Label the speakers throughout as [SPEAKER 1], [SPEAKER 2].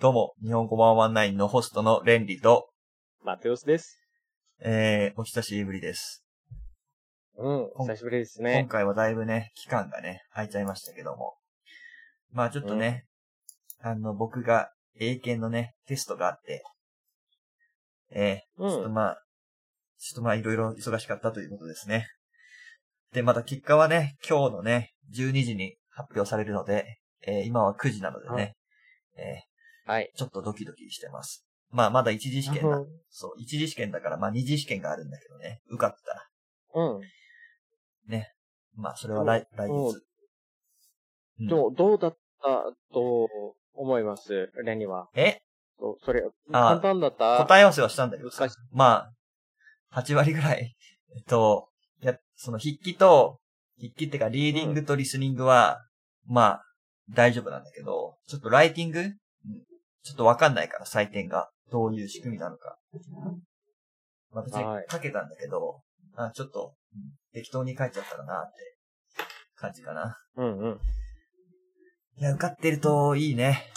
[SPEAKER 1] どうも、日本語119のホストのレンリと、
[SPEAKER 2] マテオスです。
[SPEAKER 1] えー、お久しぶりです。
[SPEAKER 2] うん、
[SPEAKER 1] ん
[SPEAKER 2] 久しぶりです
[SPEAKER 1] 今
[SPEAKER 2] ね。
[SPEAKER 1] 回はだいぶね、期間がね、空いちゃいましたけども。まあちょっとね、あの、僕が英検のね、テストがあって、え
[SPEAKER 2] う
[SPEAKER 1] ー、ちょっと
[SPEAKER 2] ん。
[SPEAKER 1] まあ、ちょっとまあいろいろ忙しかったということですね。で、また結果はね、今日のね、12時に発表されるので、えー、今は9時なのでね、え
[SPEAKER 2] はい。
[SPEAKER 1] ー、ちょっとドキドキしてます。まあまだ一次試験なそう、一次試験だから、まあ二次試験があるんだけどね。受かったら。
[SPEAKER 2] うん。
[SPEAKER 1] まあそれは来、来
[SPEAKER 2] うん
[SPEAKER 1] 月。うん
[SPEAKER 2] どう、どうだったと思いますレニは。
[SPEAKER 1] え
[SPEAKER 2] そうそれ、
[SPEAKER 1] あ
[SPEAKER 2] 簡単だった
[SPEAKER 1] 答え合わせはしたんだけど
[SPEAKER 2] 難しい。
[SPEAKER 1] まあ、8割ぐらい。 えっと、や、その筆記と、筆記ってかリーディングとリスニングは、まあ、大丈夫なんだけど、ちょっとライティングうんちょっとわかんないから、採点が。どういう仕組みなのか。まあ別に
[SPEAKER 2] はい
[SPEAKER 1] 書けたんだけど、あちょっと、うん適当に書いちゃったかなって感じかな。
[SPEAKER 2] うんうん。
[SPEAKER 1] いや、受かってるといいね。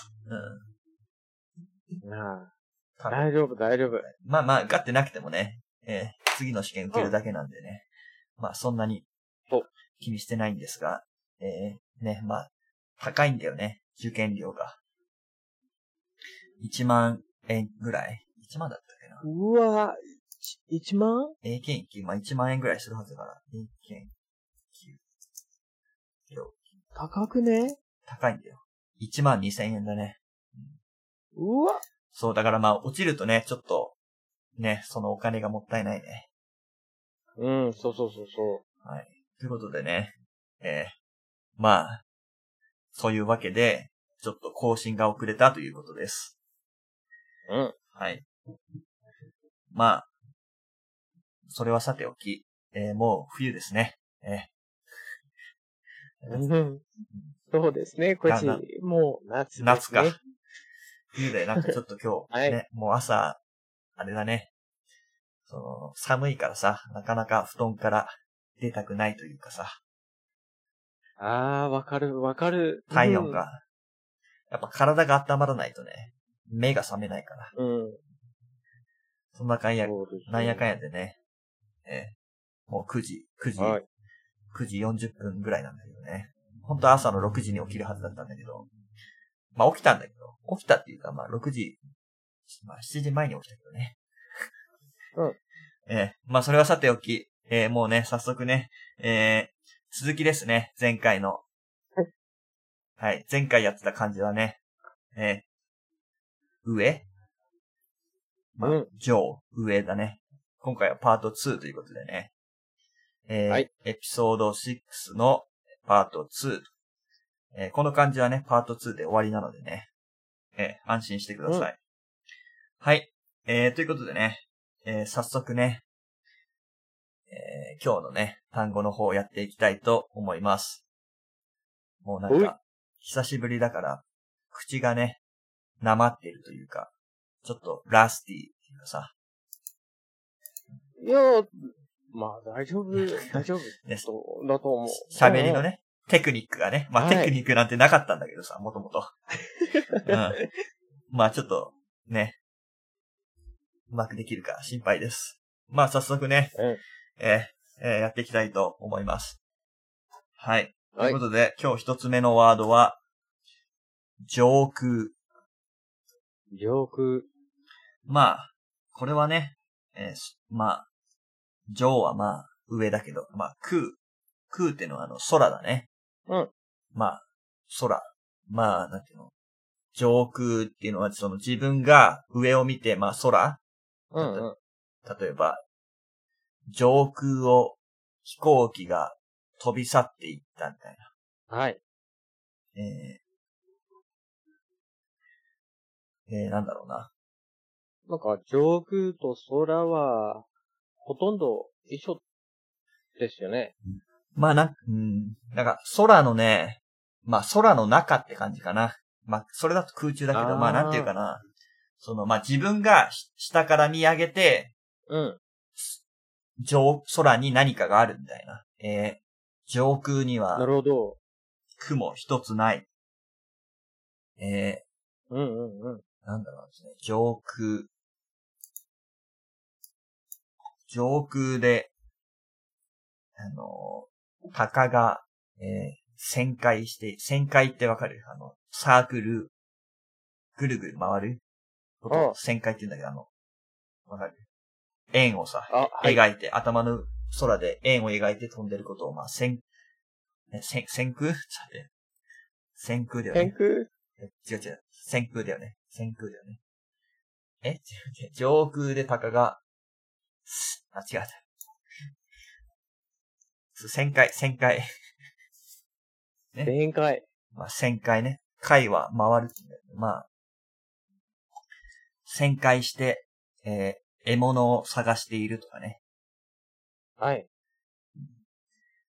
[SPEAKER 1] うん。
[SPEAKER 2] な
[SPEAKER 1] 多
[SPEAKER 2] あ
[SPEAKER 1] 分
[SPEAKER 2] 大丈夫、大丈夫。
[SPEAKER 1] まあまあ、受かってなくてもね、えー次の試験受けるだけなんでね。まあ、そんなに
[SPEAKER 2] そう
[SPEAKER 1] 気にしてないんですが、えーね、まあ、高いんだよね、受験料が。1万円ぐらい ?1 万だったっけな。
[SPEAKER 2] うわぁ、1万
[SPEAKER 1] 英検1級、まあ1万円ぐらいするはずだから、英検1級。料
[SPEAKER 2] 高くね
[SPEAKER 1] 高いんだよ。1万2千円だね。
[SPEAKER 2] うわ
[SPEAKER 1] そう、だからまあ、落ちるとね、ちょっと、ね、そのお金がもったいないね。
[SPEAKER 2] うん、そうそうそうそ
[SPEAKER 1] はい。ということでね、えー、まあ、そういうわけで、ちょっと更新が遅れたということです。
[SPEAKER 2] う。うん。
[SPEAKER 1] はい。まあ、それはさておき、えー、もう冬ですね。え
[SPEAKER 2] うんそうですね、こっち
[SPEAKER 1] だな、
[SPEAKER 2] もう夏です、
[SPEAKER 1] ー、
[SPEAKER 2] ね。
[SPEAKER 1] 夏か。冬で、なんかちょっと今日、
[SPEAKER 2] はい
[SPEAKER 1] ね、もう朝、あれだね、その、寒いからさ、なかなか布団から出たくないというかさ、
[SPEAKER 2] あー、わかる、わかる。
[SPEAKER 1] 体温が。やっぱ体が温まらないとね、目が覚めないから。
[SPEAKER 2] うん。うん。
[SPEAKER 1] そんなかんや、
[SPEAKER 2] そうですね
[SPEAKER 1] なんやかんやでね、えーもう9時、9時、
[SPEAKER 2] はい。
[SPEAKER 1] 9時40分ぐらいなんだけどね。本当は朝の6時に起きるはずだったんだけど、まあ起きたんだけど、起きたっていうかまあ6時、まあ7時前に起きたけどね。
[SPEAKER 2] うん。
[SPEAKER 1] えーまあそれはさておき、えーもうね、早速ね、えー続きですね、前回の。はい、前回やってた感じはね、えー上まあ
[SPEAKER 2] うん、
[SPEAKER 1] 上、上だね。今回はパート2ということでね。えー
[SPEAKER 2] はい
[SPEAKER 1] エピソード6のパート2。えーこの感じはね、パート2で終わりなのでね。えー安心してください。はい。えーということでね、えー早速ね、えー今日のね、単語の方をやっていきたいと思います。もうな
[SPEAKER 2] お
[SPEAKER 1] ん
[SPEAKER 2] い
[SPEAKER 1] か、久しぶりだから、口がね、なまってるというか、ちょっとラスティーっていうかさ、
[SPEAKER 2] いや、まあ大丈 夫、大丈夫
[SPEAKER 1] ね
[SPEAKER 2] そうだと思う。
[SPEAKER 1] 喋りのね、テクニックがね、まあ、
[SPEAKER 2] はい
[SPEAKER 1] テクニックなんてなかったんだけどさ、もともと。 うんまあちょっと、ね、うまくできるか心配です。まあ早速ね、
[SPEAKER 2] うん
[SPEAKER 1] えーえーやっていきたいと思います。はい。
[SPEAKER 2] うん。は
[SPEAKER 1] とい
[SPEAKER 2] いう
[SPEAKER 1] こ。とで、今日一つ目のワードは、上空。
[SPEAKER 2] 上空。
[SPEAKER 1] まあ、これはね、えーすまあ、上はまあ、上だけど、まあ、空。空ってのはあの、空だね。
[SPEAKER 2] うん。
[SPEAKER 1] まあ、空。まあ、なんていうの。上空っていうのは、その自分が上を見て、まあ、空。
[SPEAKER 2] うんうん。
[SPEAKER 1] 例えば、上空を飛行機が飛び去っていったみたい
[SPEAKER 2] はい。
[SPEAKER 1] な。えー、えー、なんだろうな。
[SPEAKER 2] なんか上空と空は、ほとんど一緒ですよね。
[SPEAKER 1] まあなん、うん。なんか、空のね、まあ空の中って感じかな。まあ、それだと空中だけど、
[SPEAKER 2] あー
[SPEAKER 1] まあなんていうかな。その、まあ自分がし下から見上げて、
[SPEAKER 2] うん。
[SPEAKER 1] 上、空に何かがあるみたいな。えー、上空に
[SPEAKER 2] な
[SPEAKER 1] は
[SPEAKER 2] るほど。
[SPEAKER 1] 雲一つない。え
[SPEAKER 2] うんうんうん。
[SPEAKER 1] なんだろうですね。上空。上空で、あの、鷹が、えー、旋回して、旋回ってわかるあの、サークル、ぐるぐる回ること
[SPEAKER 2] ああ
[SPEAKER 1] を旋回って言うんだけど、あの、わかる円をさ、
[SPEAKER 2] あ、はい。
[SPEAKER 1] 描いて、頭の空で円を描いて飛んでることを、まあ、旋、ね旋、旋空ちょっと待って。旋空だよね。
[SPEAKER 2] 天空
[SPEAKER 1] え違う違う。先空だよね。先空だよね。え違う違う。上空で鷹が、すあ、違う違う。そう旋回、旋回。え
[SPEAKER 2] 天界。
[SPEAKER 1] まあ、旋回ね。回は回るって言うんだよね。まあ、旋回して、えー獲物を探しているとかね。
[SPEAKER 2] はい。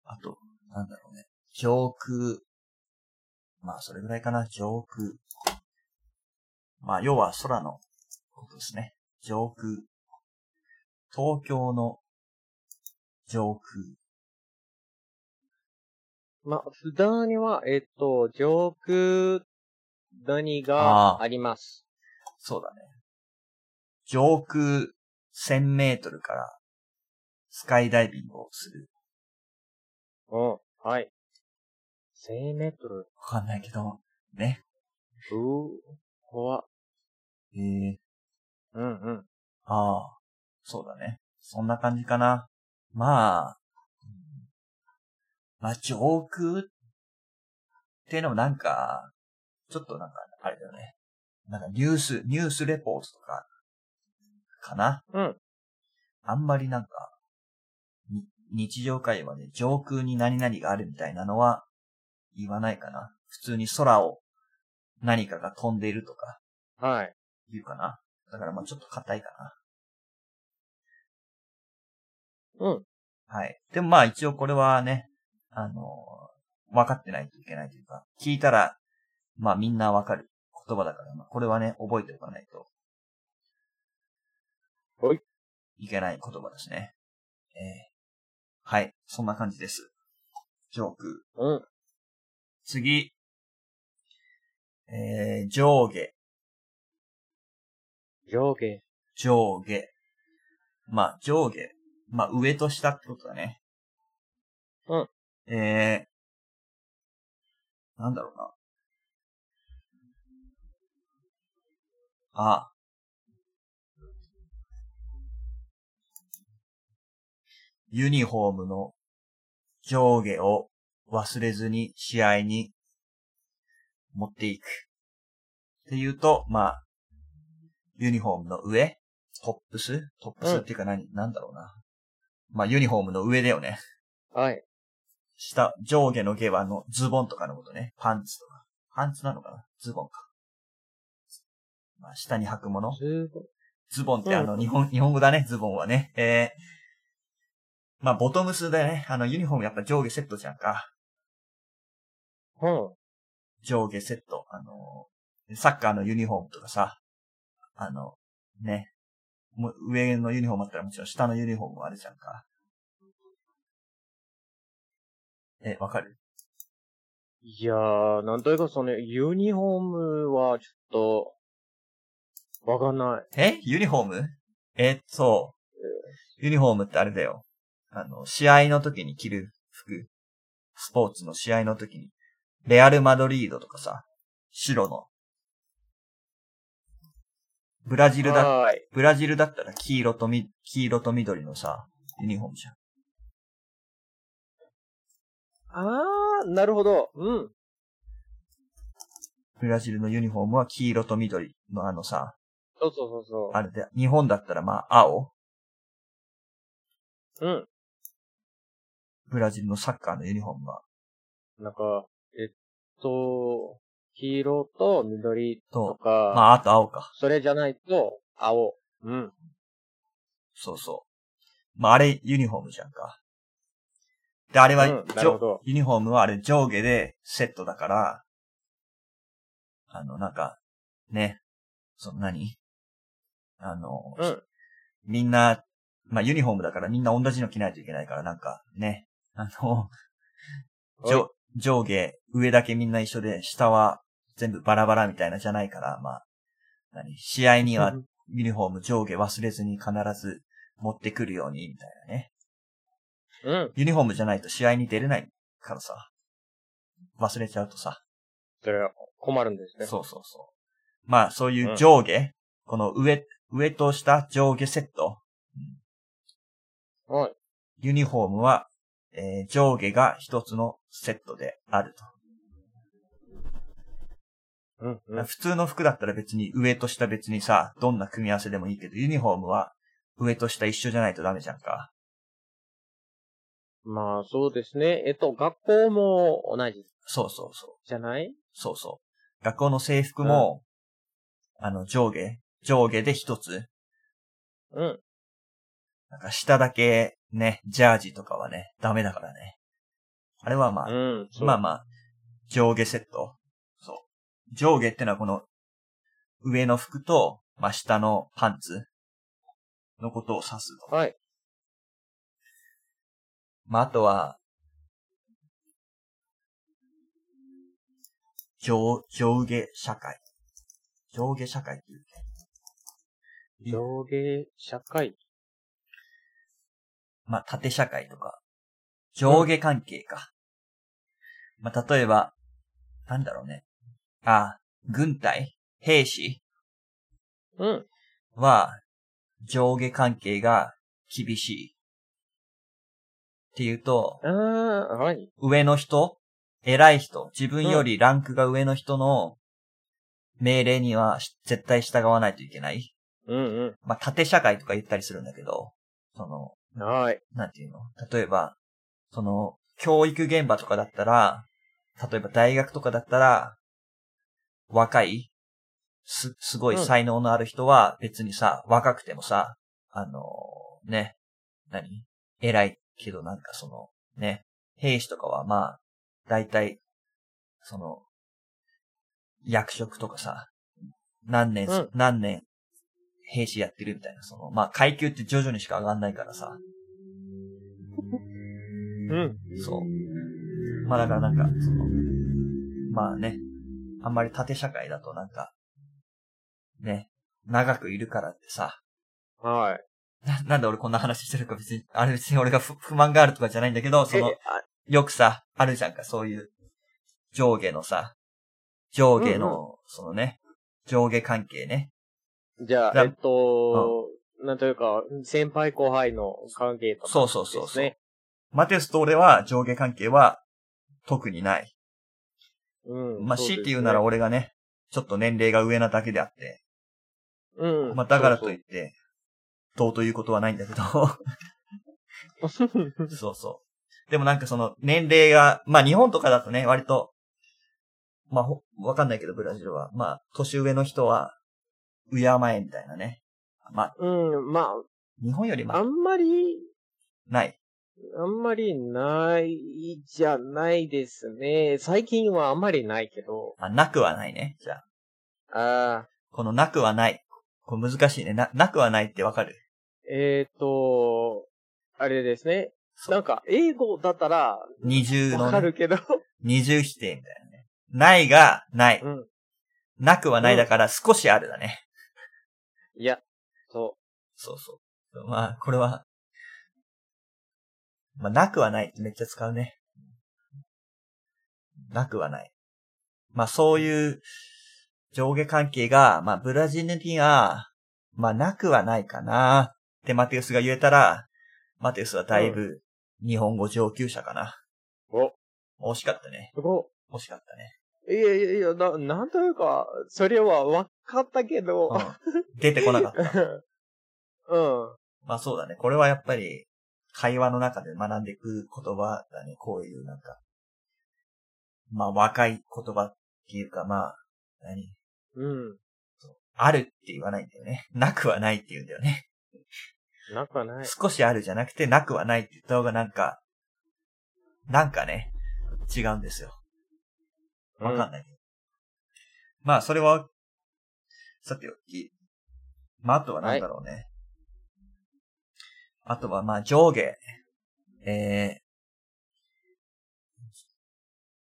[SPEAKER 1] あと、なんだろうね。上空。まあ、それぐらいかな。上空。まあ、要は空のことですね。上空。東京の上空。
[SPEAKER 2] まあ、普段には、えっと、上空、何があります。
[SPEAKER 1] そうだね。上空1000メートルからスカイダイビングをする。
[SPEAKER 2] うん。はい。1000メートル。
[SPEAKER 1] わかんないけど、ね。
[SPEAKER 2] うー、怖っ。
[SPEAKER 1] えー、
[SPEAKER 2] うんうん。
[SPEAKER 1] ああ、そうだね。そんな感じかな。まあ、うんまあ、上空っていうのもなんか、ちょっとなんか、あれだよね。なんかニュース、ニュースレポートとか、かな。
[SPEAKER 2] うん。
[SPEAKER 1] あんまりなんか、に日常会話で上空に何々があるみたいなのは言わないかな。普通に空を何かが飛んでいるとか
[SPEAKER 2] はい。
[SPEAKER 1] 言うかな。だからまあちょっと硬いかな。
[SPEAKER 2] うん。
[SPEAKER 1] はい。でもまあ一応これはね、あのー分かってないといけないというか、聞いたら、まあみんな分かる言葉だから、まあこれはね、覚えておかないと。
[SPEAKER 2] はい。
[SPEAKER 1] いけない言葉ですね。ええはい。そんな感じです。ジョーク。
[SPEAKER 2] うん。
[SPEAKER 1] 次。えー、上下。
[SPEAKER 2] 上下。
[SPEAKER 1] 上下。まあ、上下。まあ、上と下ってことだね。
[SPEAKER 2] うん。
[SPEAKER 1] えー、なんだろうな。あ。ユニフォームの上下を忘れずに試合に持っていく。っていうと、まあ、ユニフォームの上トップストップスっていうか何、なんだろうな。まあ、ユニフォームの上だよね。
[SPEAKER 2] はい。
[SPEAKER 1] 下、上下の下はあの、ズボンとかのことね。パンツとか。パンツなのかなズボンか。まあ、下に履くもの。
[SPEAKER 2] すごい。
[SPEAKER 1] ズボンってあ
[SPEAKER 2] う
[SPEAKER 1] の、
[SPEAKER 2] ん
[SPEAKER 1] 日本、日本語だね、ズボンはね。えー、まあ、ボトムスだよね。あの、ユニフォームやっぱ上下セットじゃんか。
[SPEAKER 2] うん。
[SPEAKER 1] 上下セット。あのー、サッカーのユニフォームとかさ、あの、ね。もう上のユニフォームあったらもちろん下のユニフォームもあるじゃんか。え、わかる
[SPEAKER 2] いやー、なんというかその、ユニフォームは、ちょっと、わかんない。
[SPEAKER 1] えユニフォームえ、そう。ユニフォームってあれだよ。あの、試合の時に着る服。スポーツの試合の時に。レアル・マドリードとかさ、白の。ブラジルだ、
[SPEAKER 2] はーい。
[SPEAKER 1] ブラジルだったら黄色とみ、黄色と緑のさ、ユニフォームじゃん。
[SPEAKER 2] あー、なるほど。うん。
[SPEAKER 1] ブラジルのユニフォームは黄色と緑のあのさ、
[SPEAKER 2] そうそうそうそ
[SPEAKER 1] あれで、日本だったらまあ青
[SPEAKER 2] う。うん。
[SPEAKER 1] ブラジルのサッカーのユニフォームは、
[SPEAKER 2] なんか、えっと、黄色と緑と
[SPEAKER 1] と、
[SPEAKER 2] か、
[SPEAKER 1] まああと青か。
[SPEAKER 2] それじゃないと、青。うん。
[SPEAKER 1] そうそう。まあ、あれ、ユニフォームじゃんか。で、あれは、
[SPEAKER 2] うんな
[SPEAKER 1] じ
[SPEAKER 2] るほ
[SPEAKER 1] ょ
[SPEAKER 2] ど
[SPEAKER 1] ユニフォームはあれ上下でセットだから、あの、なんか、ね、その何あの、
[SPEAKER 2] うん。
[SPEAKER 1] みんな、まあ、ユニフォームだからみんな同じの着ないといけないから、なんか、ね、あの、上、上下、上だけみんな一緒で、下は全部バラバラみたいなじゃないから、まあ、何試合にはユニフォーム上下忘れずに必ず持ってくるように、みたいなね。
[SPEAKER 2] うん。
[SPEAKER 1] ユニフォームじゃないと試合に出れないからさ。忘れちゃうとさ。
[SPEAKER 2] それは困るんですね。
[SPEAKER 1] そうそうそう。まあ、そういう上下、この上、上と下上下セット。
[SPEAKER 2] はい。
[SPEAKER 1] ユニフォームは、えー上下が一つのセットであると。
[SPEAKER 2] うん、うん。
[SPEAKER 1] 普通の服だったら別に上と下別にさ、どんな組み合わせでもいいけど、ユニフォームは上と下一緒じゃないとダメじゃんか。
[SPEAKER 2] まあ、そうですね。えっと、学校も同じ
[SPEAKER 1] そうそうそう。
[SPEAKER 2] じゃない
[SPEAKER 1] そうそう。学校の制服も、あの、上下上下で一つ。
[SPEAKER 2] うん。
[SPEAKER 1] なんか下だけね、ジャージとかはね、ダメだからね。あれはまあ、
[SPEAKER 2] うん。そう
[SPEAKER 1] まあまあ、上下セット。そう。上下ってのはこの、上の服と、まあ、下のパンツのことを指すと。
[SPEAKER 2] はい。
[SPEAKER 1] まあ、あとは、上、上下社会。上下社会っていうね。
[SPEAKER 2] 上下社会。
[SPEAKER 1] まあ、縦社会とか、上下関係か。まあ、例えば、なんだろうね。あ、軍隊兵士
[SPEAKER 2] うん。
[SPEAKER 1] は、上下関係が厳しい。っていうと、
[SPEAKER 2] ああ、はい。
[SPEAKER 1] 上の人偉い人自分よりランクが上の人の命令にはし絶対従わないといけない。
[SPEAKER 2] うん
[SPEAKER 1] まあ、縦社会とか言ったりするんだけど、その、
[SPEAKER 2] うん。はい。
[SPEAKER 1] なんていうの例えば、その、教育現場とかだったら、例えば大学とかだったら、若い、す、すごい
[SPEAKER 2] うん
[SPEAKER 1] 才能のある人は別にさ、若くてもさ、あのね、何偉いけどなんかその、ね、兵士とかはまあ、大体、その、役職とかさ、何年、
[SPEAKER 2] うん
[SPEAKER 1] 何年、兵士やってるみたいな、その、まあ階級って徐々にしか上がんないからさ、
[SPEAKER 2] うん。
[SPEAKER 1] そう。まあだからなんか、その、まあね、あんまり縦社会だとなんか、ね、長くいるからってさ、
[SPEAKER 2] はい。
[SPEAKER 1] ななんで俺こんな話してるか別に、あれ別に俺が不不満があるとかじゃないんだけど、その
[SPEAKER 2] え、あ
[SPEAKER 1] よくさ、あるじゃんか、そういう、上下のさ、上下の、そのね、上下関係ね。
[SPEAKER 2] じゃ
[SPEAKER 1] じゃ
[SPEAKER 2] あ、えっと、なんというか、先輩後輩の関係とか。
[SPEAKER 1] そうそうそう
[SPEAKER 2] です
[SPEAKER 1] そう
[SPEAKER 2] ね。。
[SPEAKER 1] マテウスと俺は上下関係は特にない。
[SPEAKER 2] うん。
[SPEAKER 1] まあ、
[SPEAKER 2] そ
[SPEAKER 1] 強いて
[SPEAKER 2] ですね
[SPEAKER 1] 言うなら、俺がね、ちょっと年齢が上なだけであって、
[SPEAKER 2] うん。
[SPEAKER 1] まあ、だからといっ
[SPEAKER 2] う。
[SPEAKER 1] て、どうということはないんだけ ど。そうそう。でもなんかその、年齢が、まあ、日本とかだとね、割と、まあ、ほわかんないけど、ブラジルは。まあ、年上の人は、敬えみたいなね。まあ、
[SPEAKER 2] うん、ま
[SPEAKER 1] 日本より
[SPEAKER 2] あ、あ
[SPEAKER 1] まあ、
[SPEAKER 2] んまり、
[SPEAKER 1] ない。
[SPEAKER 2] あんまりないじゃないですね。最近はあんまりないけど。
[SPEAKER 1] あ、なくはないね。じゃあ、
[SPEAKER 2] ああ、
[SPEAKER 1] このなくはない。これ難しいね。な、なくはないってわかる
[SPEAKER 2] えっ、と、あれですね。
[SPEAKER 1] そう
[SPEAKER 2] なんか、英語だったら、
[SPEAKER 1] 二重
[SPEAKER 2] わ
[SPEAKER 1] の
[SPEAKER 2] か
[SPEAKER 1] ね、
[SPEAKER 2] るけど。
[SPEAKER 1] 二重否定みたいなね。ないが、ない。
[SPEAKER 2] うん。
[SPEAKER 1] なくはないだから、少しあるだね。
[SPEAKER 2] いや、そ
[SPEAKER 1] そうそう。まあ、これは、まあ、なくはないってめっちゃ使うね。なくはない。まあ、そういう上下関係が、まあ、ブラジルには、まあ、なくはないかなってマテウスが言えたら、マテウスはだいぶ日本語上級者かな。
[SPEAKER 2] う。お、
[SPEAKER 1] 惜しかったね。
[SPEAKER 2] すご
[SPEAKER 1] 惜しかったね。
[SPEAKER 2] い。いやいやいや、な、なんというか、それはわかったけど。
[SPEAKER 1] うん、出てこなかった。
[SPEAKER 2] うん。
[SPEAKER 1] まあそうだね。これはやっぱり、会話の中で学んでいく言葉だね。こういうなんか、まあ若い言葉っていうか、まあ、何
[SPEAKER 2] うん。
[SPEAKER 1] あるって言わないんだよね。 なくはないって言うんだよね。
[SPEAKER 2] なんかない。
[SPEAKER 1] 少しあるじゃなくて、なくはないって言った方がなんか、なんかね、違うんですよ。わかんないけど。まあそれは、さておき。まああとはなんだろうね。あとはまあ上下。え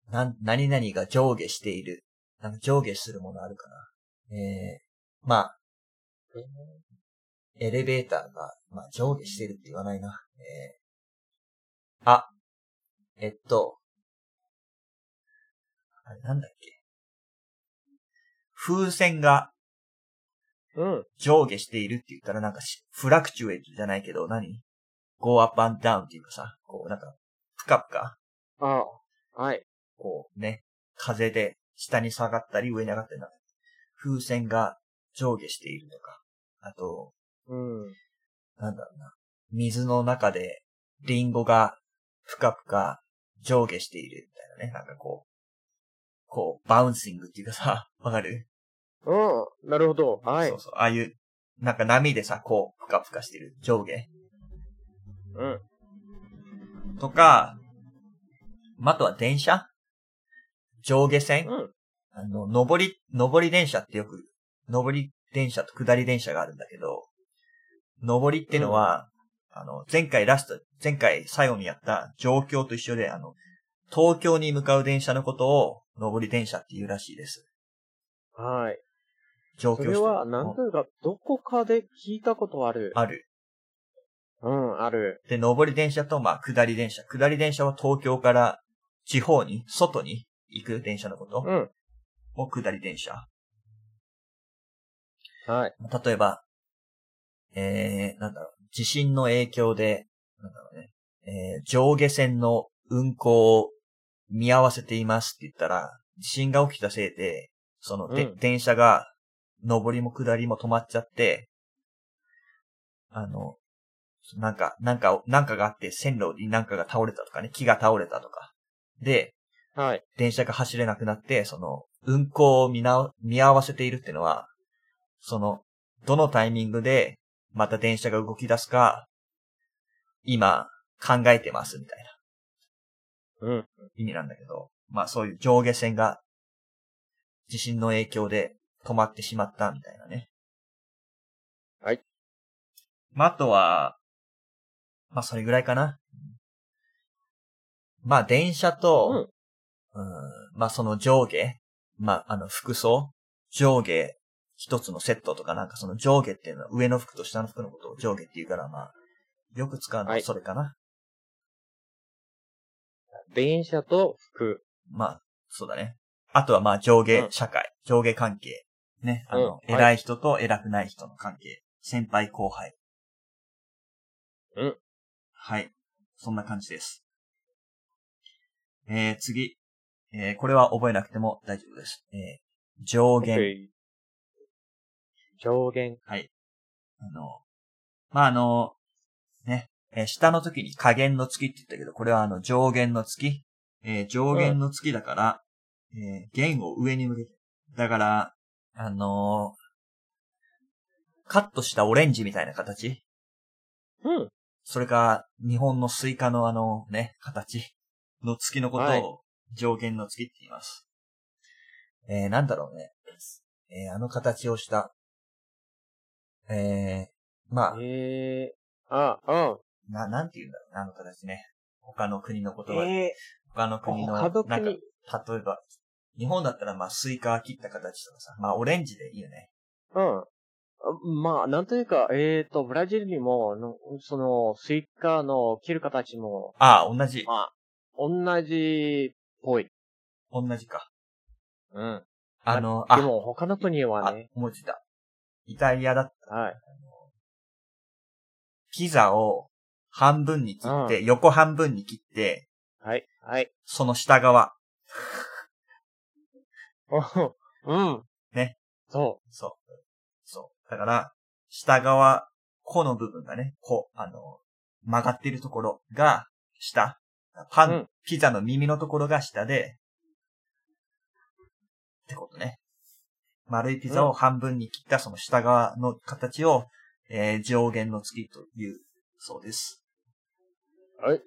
[SPEAKER 1] ー、なん、何々が上下している。なんか上下するものあるかな。えー、
[SPEAKER 3] まあ、エレベーターが、まあ、上下してるって言わないな。えーあ、えっと、あれなんだっけ。
[SPEAKER 1] 風船が
[SPEAKER 2] うん。
[SPEAKER 1] 上下しているって言ったらなんかしフラクチュエイトじゃないけど何 ?go up and down っていうかさ、こうなんか、ぷかぷか、
[SPEAKER 2] ああ。はい。
[SPEAKER 1] こうね、風で下に下がったり上に上がったりなんか風船が上下しているとか、あと、
[SPEAKER 2] うん。
[SPEAKER 1] なんだろうな、水の中でリンゴがぷかぷか上下しているみたいなね、なんかこう、こう、バウンシングっていうかさ、わかる
[SPEAKER 2] うん。なるほど。はい
[SPEAKER 1] そう。そう。ああいう、なんか波でさ、こう、ふかふかしてる。上下。
[SPEAKER 2] うん。
[SPEAKER 1] とか、まああとは電車上下線
[SPEAKER 2] うん。
[SPEAKER 1] あの、上り、上り電車ってよく、上り電車と下り電車があるんだけど、上りってのは、あの、前回ラスト、前回最後にやった状況と一緒で、あの、東京に向かう電車のことを、上り電車っていうらしいです。
[SPEAKER 2] はい。
[SPEAKER 1] 状況
[SPEAKER 2] それは、なんというか、どこかで聞いたことある。
[SPEAKER 1] ある。
[SPEAKER 2] うん、ある。
[SPEAKER 1] で、上り電車と、まあ、下り電車。下り電車は東京から地方に、外に行く電車のこと
[SPEAKER 2] うん。
[SPEAKER 1] を下り電車。
[SPEAKER 2] はい。
[SPEAKER 1] 例えば、えー、なんだろう、地震の影響で、なんだろうね、えー、上下線の運行を見合わせていますって言ったら、地震が起きたせいで、その、で
[SPEAKER 2] うん
[SPEAKER 1] 電車が、上りも下りも止まっちゃって、あの、なんか、なんか、なんかがあって、線路になんかが倒れたとかね、木が倒れたとか。で、
[SPEAKER 2] はい。
[SPEAKER 1] 電車が走れなくなって、その、運行を見な、見合わせているっていうのは、その、どのタイミングで、また電車が動き出すか、今、考えてます、みたいな
[SPEAKER 2] うん。
[SPEAKER 1] 意味なんだけど、まあそういう上下線が、地震の影響で止まってしまった、みたいなね。
[SPEAKER 2] はい。
[SPEAKER 1] まああとは、まあそれぐらいかな。まあ電車と、
[SPEAKER 2] うん。
[SPEAKER 1] うんまあその上下、まああの服装、上下一つのセットとかなんかその上下っていうのは上の服と下の服のことを上下って言うからまあ、よく使うのは
[SPEAKER 2] はい
[SPEAKER 1] それかな。
[SPEAKER 2] 電車と服。
[SPEAKER 1] まあ、そうだね。あとはまあ上
[SPEAKER 2] う
[SPEAKER 1] 下
[SPEAKER 2] ん
[SPEAKER 1] 社会、上下関係。ね、あの、
[SPEAKER 2] うんはい
[SPEAKER 1] 偉い人と偉くない人の関係。先輩後輩。
[SPEAKER 2] うん。
[SPEAKER 1] はい。そんな感じです。えー、次。えー、これは覚えなくても大丈夫です。えー、上限。
[SPEAKER 2] OK 上限。
[SPEAKER 1] はい。あの、まあ、あの、ね、えー下の時に下限の月って言ったけど、これはあの上限の月。えー上限の月だから、えー弦を上に向けて。だから、あのーカットしたオレンジみたいな形。
[SPEAKER 2] うん。
[SPEAKER 1] それか、日本のスイカのあのね、形の月のこと
[SPEAKER 2] はい
[SPEAKER 1] を上限の月って言います。えー、なんだろうね。えー、あの形をした、えー、まあ、
[SPEAKER 2] えー、あ、あ、
[SPEAKER 1] な、なんて言うんだろうな、あの形ね。他の国の言葉で、
[SPEAKER 2] え
[SPEAKER 1] 他の
[SPEAKER 2] ー、
[SPEAKER 1] 国の、な
[SPEAKER 2] 他
[SPEAKER 1] んか
[SPEAKER 2] の、国。
[SPEAKER 1] 例えば、日本だったらまあ、スイカ切った形とかさ、まあ、オレンジでいいよね。
[SPEAKER 2] うん。まあ、なんというか、えーと、ブラジルにも、のその、スイカの切る形も、
[SPEAKER 1] ああ、同じ。
[SPEAKER 2] まあ、同じっぽい。
[SPEAKER 1] 同じか。
[SPEAKER 2] うん。
[SPEAKER 1] あの、
[SPEAKER 2] で
[SPEAKER 1] あ、
[SPEAKER 2] も、他の国は
[SPEAKER 1] あ
[SPEAKER 2] ね、、
[SPEAKER 1] 思いついた。イタリアだ
[SPEAKER 2] はい。
[SPEAKER 1] ピザを半分に切って、横半分に切って、
[SPEAKER 2] はい。はい。
[SPEAKER 1] その下側。
[SPEAKER 2] うん。
[SPEAKER 1] ね。
[SPEAKER 2] そ
[SPEAKER 1] そう。そう。だから、下側、この部分がね、こう、あの、曲がってるところが下。パン、
[SPEAKER 2] うん
[SPEAKER 1] ピザの耳のところが下で、ってことね。丸いピザを半分に切ったその下側の形を、えー上限の月という、そうです。
[SPEAKER 2] う。はい。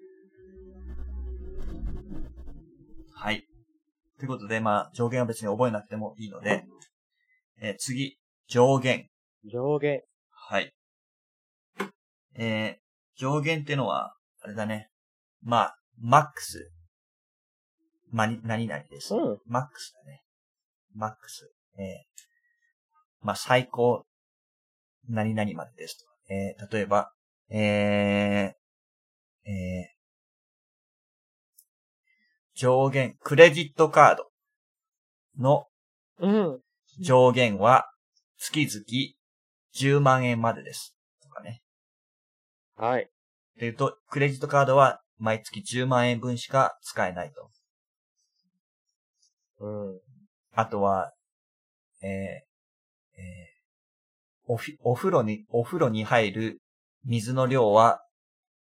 [SPEAKER 1] はい。ということで、まあ、上限は別に覚えなくてもいいので、えー次、上限。
[SPEAKER 2] 上限。
[SPEAKER 1] はい。えー上限ってのは、あれだね。まあ、マックス。まあ、に何々です。
[SPEAKER 2] うん。
[SPEAKER 1] マックスだね。マックス。えーまあ、最高、何々までですと。えー例えば、えーえー上限、クレジットカードの
[SPEAKER 2] うん。
[SPEAKER 1] 上限は月々10万円までです。とかね。
[SPEAKER 2] はい。
[SPEAKER 1] っていうと、クレジットカードは毎月10万円分しか使えないと。
[SPEAKER 2] うん。
[SPEAKER 1] あとは、えーえーおふお風呂に、お風呂に入る水の量は、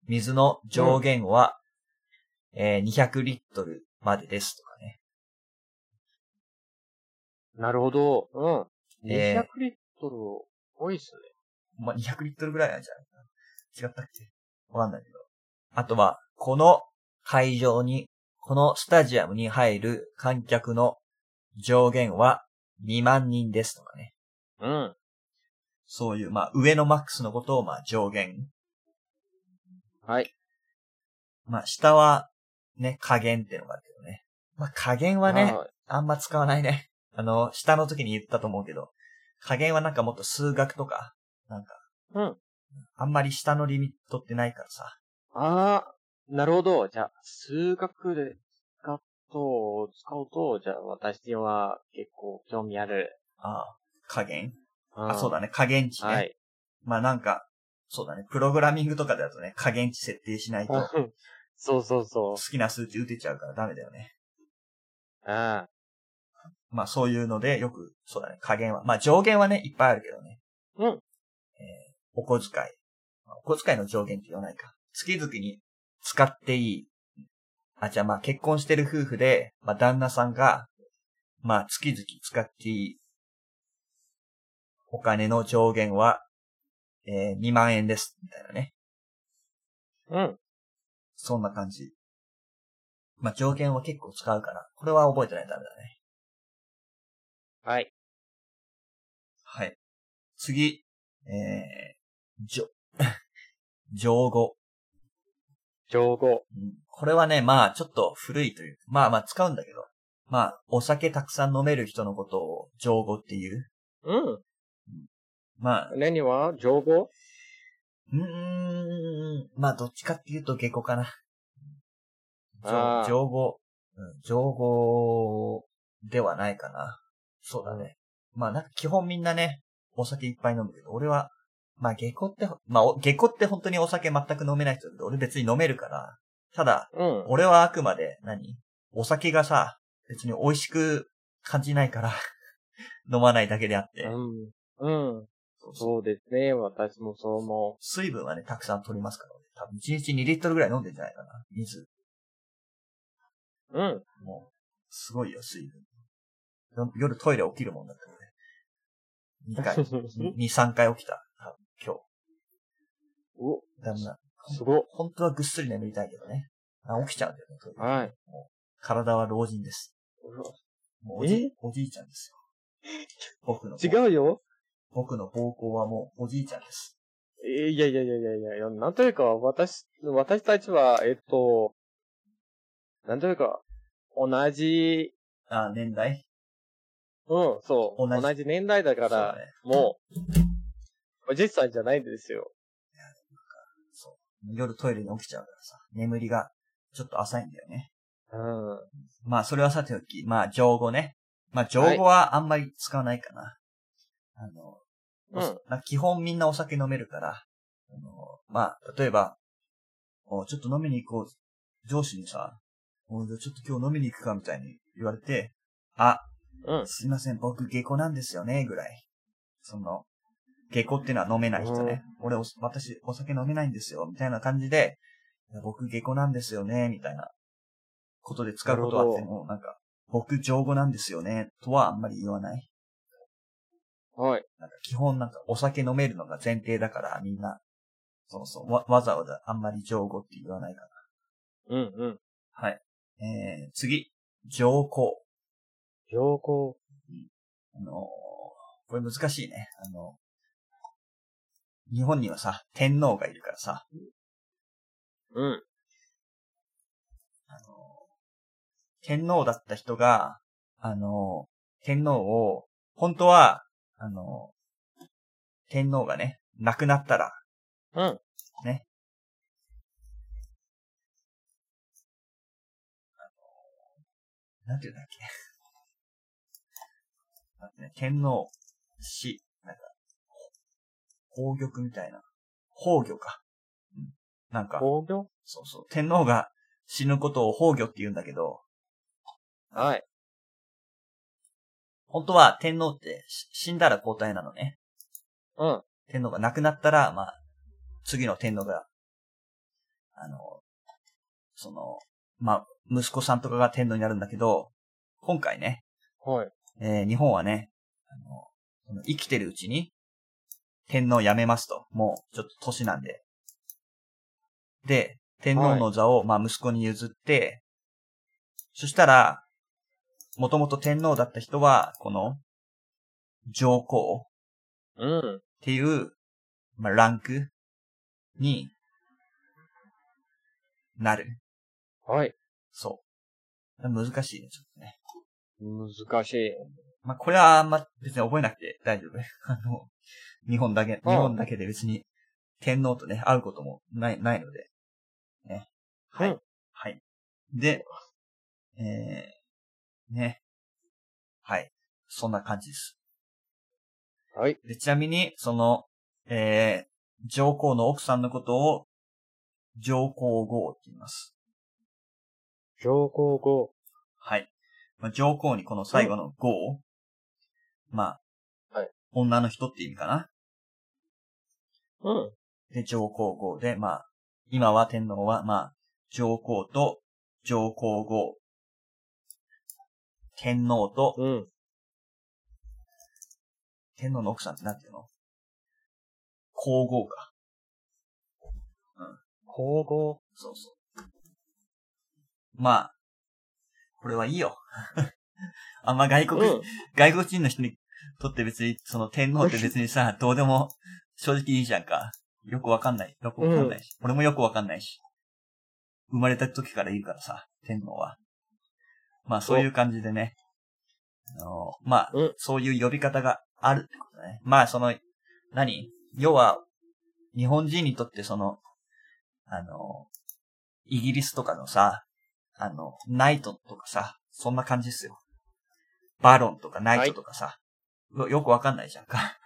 [SPEAKER 1] 水の上限は、えー200リットルまでですとかね。
[SPEAKER 2] なるほど。うん。
[SPEAKER 1] えー
[SPEAKER 2] 200リットル多いっすね。
[SPEAKER 1] まあ、200リットルぐらいなんじゃないかな。違ったっけわかんないけど。あとは、この会場に、このスタジアムに入る観客の上限は2万人ですとかね。
[SPEAKER 2] うん。
[SPEAKER 1] そういう、まあ、上のマックスのことを、まあ、上限。
[SPEAKER 2] はい。
[SPEAKER 1] まあ、下は、ね、加減っていうのがあるけどね。まあ、加減はね、
[SPEAKER 2] はい
[SPEAKER 1] あんま使わないね。あの、下の時に言ったと思うけど、加減はなんかもっと数学とか、なんか、
[SPEAKER 2] うん。
[SPEAKER 1] あんまり下のリミットってないからさ。
[SPEAKER 2] ああ、なるほど。じゃあ、数学で使うと、使うと、じゃあ私は結構興味ある。
[SPEAKER 1] ああ、加減
[SPEAKER 2] あ
[SPEAKER 1] あ、そうだ
[SPEAKER 2] ね。
[SPEAKER 1] ね、加減値ね。
[SPEAKER 2] はい。
[SPEAKER 1] まあ、なんか、そうだね、プログラミングとかだとね、加減値設定しないと、好
[SPEAKER 2] うんそうそうそう。
[SPEAKER 1] きな数値打てちゃうからダメだよね。
[SPEAKER 2] あ
[SPEAKER 1] まあそういうので、よく、そうだね、加減は。まあ上限はね、いっぱいあるけどね。
[SPEAKER 2] うん
[SPEAKER 1] えーお小遣い。まあお小遣いの上限って言わないか。月々に使っていい。あ、じゃあまあ結婚してる夫婦で、まあ旦那さんが、まあ月々使っていい。お金の上限は、えー2万円です。みたいなね。
[SPEAKER 2] あ。うん。
[SPEAKER 1] そんな感じ。まあ上限は結構使うから、これは覚えてないとダメだね。
[SPEAKER 2] はい。
[SPEAKER 1] はい。次、えー、じょ、 上語。
[SPEAKER 2] 上語。
[SPEAKER 1] うんこれはね、まあ、ちょっと古いという。まあまあ、使うんだけど。まあ、お酒たくさん飲める人のことを上語っていう。
[SPEAKER 2] うん。
[SPEAKER 1] まあ、
[SPEAKER 2] 何は上語
[SPEAKER 1] うーん、まあ、どっちかっていうと下語かな。上
[SPEAKER 2] あー
[SPEAKER 1] 上語、うん上語ではないかな。そうだね。まあ、なんか基本みんなね、お酒いっぱい飲むけど、俺は、まあ、下語って、まあ、お下語って本当にお酒全く飲めない人だけど、俺別に飲めるから、ただ、
[SPEAKER 2] うん。
[SPEAKER 1] 俺はあくまで何お酒がさ、別に美味しく感じないから、 飲まないだけであって、
[SPEAKER 2] うん。うん。そうですね。私もそう思
[SPEAKER 1] 水分はね、たくさん取りますから、俺多分1日2リットルぐらい飲んでんじゃないかな、水。
[SPEAKER 2] う。うん。
[SPEAKER 1] もう、すごいよ、水分。よ夜トイレ起きるもんだったよね。2回、2、3回起きた。多分今
[SPEAKER 2] お、
[SPEAKER 1] 日。だんだん。
[SPEAKER 2] すごっ。
[SPEAKER 1] 本当はぐっすり眠りたいけどね。あ起きちゃうんだよね、トイレ。
[SPEAKER 2] はい。
[SPEAKER 1] 体は老人です。もうお
[SPEAKER 2] え
[SPEAKER 1] じ、おじいちゃんですよ。僕の、
[SPEAKER 2] 違うよ。
[SPEAKER 1] 僕の膀胱はもうおじいちゃんです。
[SPEAKER 2] えいやいやいやいやいやいや、なんというか、私、私たちは、えっと、なんというか、同じ、
[SPEAKER 1] あ、年代
[SPEAKER 2] うん、そう、
[SPEAKER 1] 同じ
[SPEAKER 2] 同じ年代だか
[SPEAKER 1] そうだ
[SPEAKER 2] ら、
[SPEAKER 1] ね。
[SPEAKER 2] もう、おじさんじゃないんですよ。
[SPEAKER 1] 夜トイレに起きちゃうからさ、眠りがちょっと浅いんだよね。
[SPEAKER 2] うん。
[SPEAKER 1] まあ、それはさておき、まあ、上語ね。まあ、上語はあんまり使わないかな。あの、
[SPEAKER 2] うん
[SPEAKER 1] おなんか基本みんなお酒飲めるから、あのまあ、例えば、おちょっと飲みに行こう。上司にさ、おじゃあちょっと今日飲みに行くかみたいに言われて、あ、
[SPEAKER 2] うん。
[SPEAKER 1] すいません、僕下戸なんですよね、ぐらい。その、下戸っていうのは飲めない人ね。俺お、私、お酒飲めないんですよ、みたいな感じで、いや僕下戸なんですよね、みたいな、ことで使うことはあっても、なんか、僕上語なんですよね、とはあんまり言わない。
[SPEAKER 2] はい。
[SPEAKER 1] なんか基本なんかお酒飲めるのが前提だから、みんな、そうそう、わ、わざわざあんまり上語って言わないか
[SPEAKER 2] うんうん。
[SPEAKER 1] ら。はい。えー、次、上皇。
[SPEAKER 2] 上皇。
[SPEAKER 1] あのーこれ難しいね。あの日本にはさ、天皇がいるからさ、
[SPEAKER 2] うん。
[SPEAKER 1] あのー天皇だった人が、あのー天皇を、本当は、あの、天皇がね、亡くなったら、
[SPEAKER 2] うん。
[SPEAKER 1] なんていうんだっけ。なんてね、天皇、死、なんか、宝玉みたいな。宝魚か。うん。なんか、
[SPEAKER 2] 防御
[SPEAKER 1] そうそう。天皇が死ぬことを宝魚って言うんだけど、
[SPEAKER 2] はい。
[SPEAKER 1] 本当は天皇ってし死んだら交代なのね。
[SPEAKER 2] うん。
[SPEAKER 1] 天皇が亡くなったら、まあ、次の天皇が、あの、その、まあ、息子さんとかが天皇になるんだけど、今回ね、
[SPEAKER 2] はい。
[SPEAKER 1] えー日本はね、あの、その生きてるうちに、天皇を辞めますと。もう、ちょっと年なんで。で、天皇の座を、まあ、息子に譲って、そしたら、もともと天皇だった人は、この、上皇
[SPEAKER 2] うん。
[SPEAKER 1] っていう、まあ、ランクに、なる。
[SPEAKER 2] はい。
[SPEAKER 1] そう。難しいね、ちょっとね。
[SPEAKER 2] 難しい。
[SPEAKER 1] まあ、これはあんま別に覚えなくて大丈夫。 あの、日本だけ、日
[SPEAKER 2] うん
[SPEAKER 1] 本だけで別に天皇とね、会うこともない、ないので。ね。はい。
[SPEAKER 2] うん
[SPEAKER 1] はい。で、えー、ね。はい。そんな感じです。
[SPEAKER 2] はい。
[SPEAKER 1] で、ちなみに、その、えー、上皇の奥さんのことを、上皇后って言います。
[SPEAKER 2] 上皇后。
[SPEAKER 1] はい。まあ、上皇にこの最後の号を、まあ、
[SPEAKER 2] はい
[SPEAKER 1] 女の人って意味かな。
[SPEAKER 2] うん。
[SPEAKER 1] で、上皇后で、まあ、今は天皇は、まあ、上皇と上皇后、天皇と、
[SPEAKER 2] うん。
[SPEAKER 1] 天皇の奥さんってなんていうの皇后か。
[SPEAKER 2] 皇后。
[SPEAKER 1] そうそう。まあ、これはいいよ。 あんま外
[SPEAKER 2] う
[SPEAKER 1] 国、
[SPEAKER 2] ん。
[SPEAKER 1] 外国人の人にとって別に、その天皇って別にさ、どうでも正直いいじゃんか。よくわかんない。よくわかんないし。俺もよくわかんないし。生まれた時からいるからさ、天皇は。まあそういう感じでね。あのまあ、
[SPEAKER 2] うん
[SPEAKER 1] そういう呼び方があるってことだね。まあその、何要は、日本人にとってその、あの、イギリスとかのさ、あの、ナイトとかさ、そんな感じっすよ。バロンとかナイトとかさ、よよくわかんない じゃんか。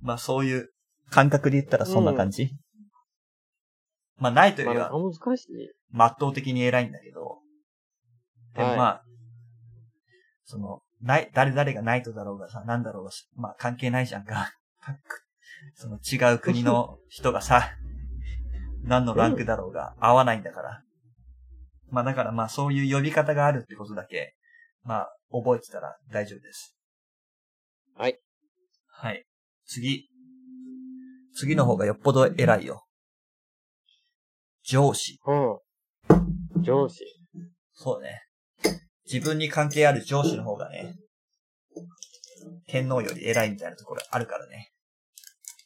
[SPEAKER 1] まあそういう感覚で言ったらそんな感じ、まあナイトよりは
[SPEAKER 2] まあ、難しい。
[SPEAKER 1] まっとう的に偉いんだけど、でも
[SPEAKER 2] はい
[SPEAKER 1] まあ、その、ない、誰々がナイトだろうがさ、なんだろうがし、まあ関係ないじゃんか。 各その違う国の人がさ、 何のランクだろうが合わないんだから。まあだからまあそういう呼び方があるってことだけ、まあ覚えてたら大丈夫です。
[SPEAKER 2] はい。
[SPEAKER 1] はい。次。次の方がよっぽど偉いよ。上司。
[SPEAKER 2] うん。上司。
[SPEAKER 1] そうね。自分に関係ある上司の方がね、天皇より偉いみたいなところあるからね。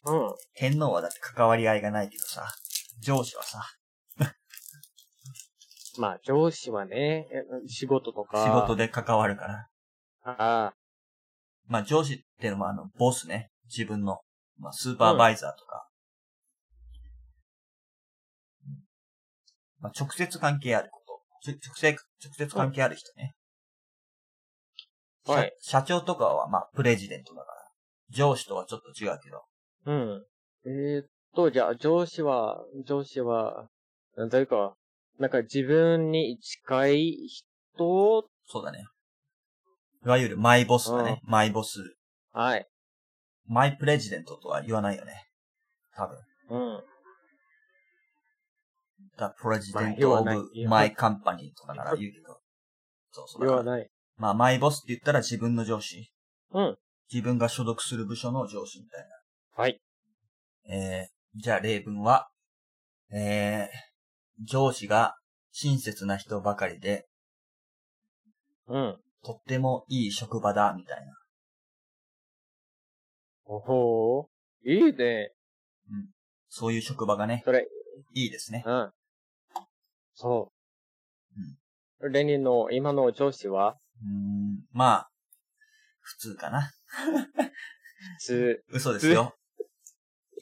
[SPEAKER 2] うん。
[SPEAKER 1] 天皇はだって関わり合いがないけどさ、上司はさ、
[SPEAKER 2] まあ、上司はね、え仕事とか。
[SPEAKER 1] 仕事で関わるから。
[SPEAKER 2] ああ、
[SPEAKER 1] まあ上司っていうのはあの、ボスね。自分の、まあスーパーバイザーとか。まあ直接関係あること。ちょ直接、直接関係ある人ね。
[SPEAKER 2] はい
[SPEAKER 1] 社。社長とかはまあプレジデントだから。上司とはちょっと違うけど。
[SPEAKER 2] うん。えーっと、じゃあ、上司は、上司は、なんというか、なんか自分に近い人、
[SPEAKER 1] そうだね。いわゆるマイボスだね。マイボス。
[SPEAKER 2] はい。
[SPEAKER 1] マイプレジデントとは言わないよね。多分。
[SPEAKER 2] うん。
[SPEAKER 1] The President
[SPEAKER 2] 言わない
[SPEAKER 1] of
[SPEAKER 2] 言わない
[SPEAKER 1] My Company とかなら言うけど。そうそう。
[SPEAKER 2] 言わない。
[SPEAKER 1] まあ、マイボスって言ったら自分の上司。
[SPEAKER 2] うん。
[SPEAKER 1] 自分が所属する部署の上司みたい
[SPEAKER 2] はい。
[SPEAKER 1] な。えー、じゃあ例文は、えー、上司が親切な人ばかりで、
[SPEAKER 2] うん。
[SPEAKER 1] とってもいい職場だ、みたいな。
[SPEAKER 2] おほー。いいね。
[SPEAKER 1] そういう職場がね、
[SPEAKER 2] それ、
[SPEAKER 1] いいですね。
[SPEAKER 2] うん。そう。レニーの今の上司は
[SPEAKER 1] うーん、まあ、普通かな。
[SPEAKER 2] 普通。
[SPEAKER 1] 嘘ですよ。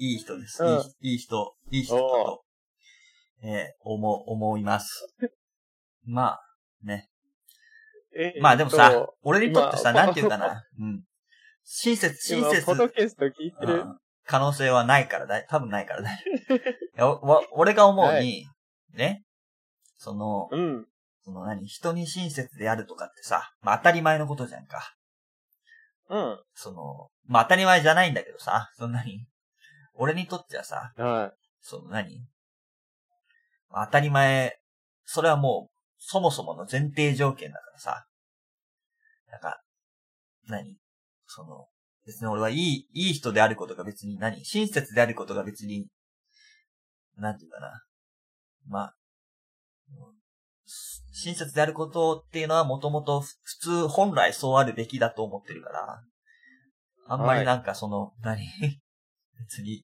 [SPEAKER 1] いい人です。
[SPEAKER 2] うん
[SPEAKER 1] いいいい人、いい人だと、えー思う、思います。まあ、ね。
[SPEAKER 2] え
[SPEAKER 1] まあでもさ、
[SPEAKER 2] えっと
[SPEAKER 1] 俺にとってさ、
[SPEAKER 2] 今
[SPEAKER 1] なんて言うか な。うん。親切、親
[SPEAKER 2] 今、
[SPEAKER 1] 切。
[SPEAKER 2] ポトキャスト聞いて
[SPEAKER 1] う
[SPEAKER 2] る。
[SPEAKER 1] ん可能性はないからだい、多分ない からだい。いやわ俺が思うに、
[SPEAKER 2] は
[SPEAKER 1] ね、その、
[SPEAKER 2] うん。
[SPEAKER 1] その何、人に親切であるとかってさ、まあ当たり前のことじゃんか。
[SPEAKER 2] うん。
[SPEAKER 1] その、まあ当たり前じゃないんだけどさ、その何俺にとってはさ、
[SPEAKER 2] は
[SPEAKER 1] その何まあ当たり前、それはもう、そもそもの前提条件だからさ。なんか、何その、別に俺はいい、いい人であることが別に何親切であることが別に、なんていうかな。まあ、うん親切であることっていうのはもともと普通、本来そうあるべきだと思ってるから、あんまりなんかその、何 別に、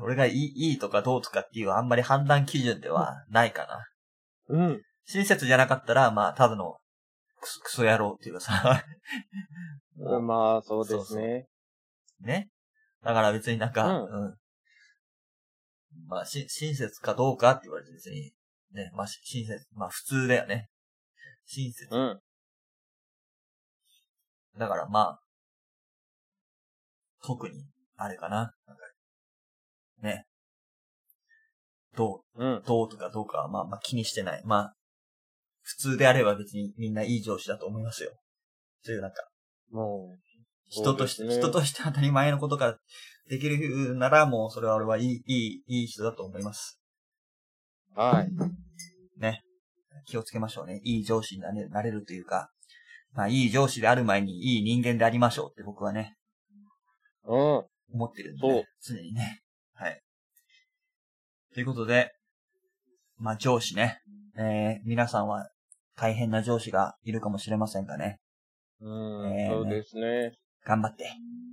[SPEAKER 1] 俺がいい、いいとかどうとかっていうあんまり判断基準ではないかな。
[SPEAKER 2] い。うん。
[SPEAKER 1] 親切じゃなかったら、まあ、ただのクソ、クソ野郎っていうかさ、もう
[SPEAKER 2] まあ、そうですね。
[SPEAKER 1] ね。だから別になんか、
[SPEAKER 2] うん
[SPEAKER 1] うん。まあ、し、親切かどうかって言われて別に、ね、まあ、し親切、まあ普通だよね。親切。
[SPEAKER 2] うん。
[SPEAKER 1] だからまあ、特に、あれかな。なんかね。ど
[SPEAKER 2] うん
[SPEAKER 1] う、。どうとかどうかはまあまあ気にしてない。まあ、普通であれば別にみんないい上司だと思いますよ。そういうなんか、
[SPEAKER 2] も
[SPEAKER 1] 人として、
[SPEAKER 2] そうですね
[SPEAKER 1] 人として当たり前のことができるなら、もうそれは俺はいい、いい、いい人だと思います。
[SPEAKER 2] う、はい。
[SPEAKER 1] ね。気をつけましょうね。いい上司になれなれるというか、まあ、いい上司である前にいい人間でありましょうって僕はね、
[SPEAKER 2] うん。
[SPEAKER 1] 思ってるんでね、常にね。はい。ということで、まあ、上司ね。えー、皆さんは大変な上司がいるかもしれませんがね。
[SPEAKER 2] うん、
[SPEAKER 1] ねえ
[SPEAKER 2] そうですね。
[SPEAKER 1] 頑張って、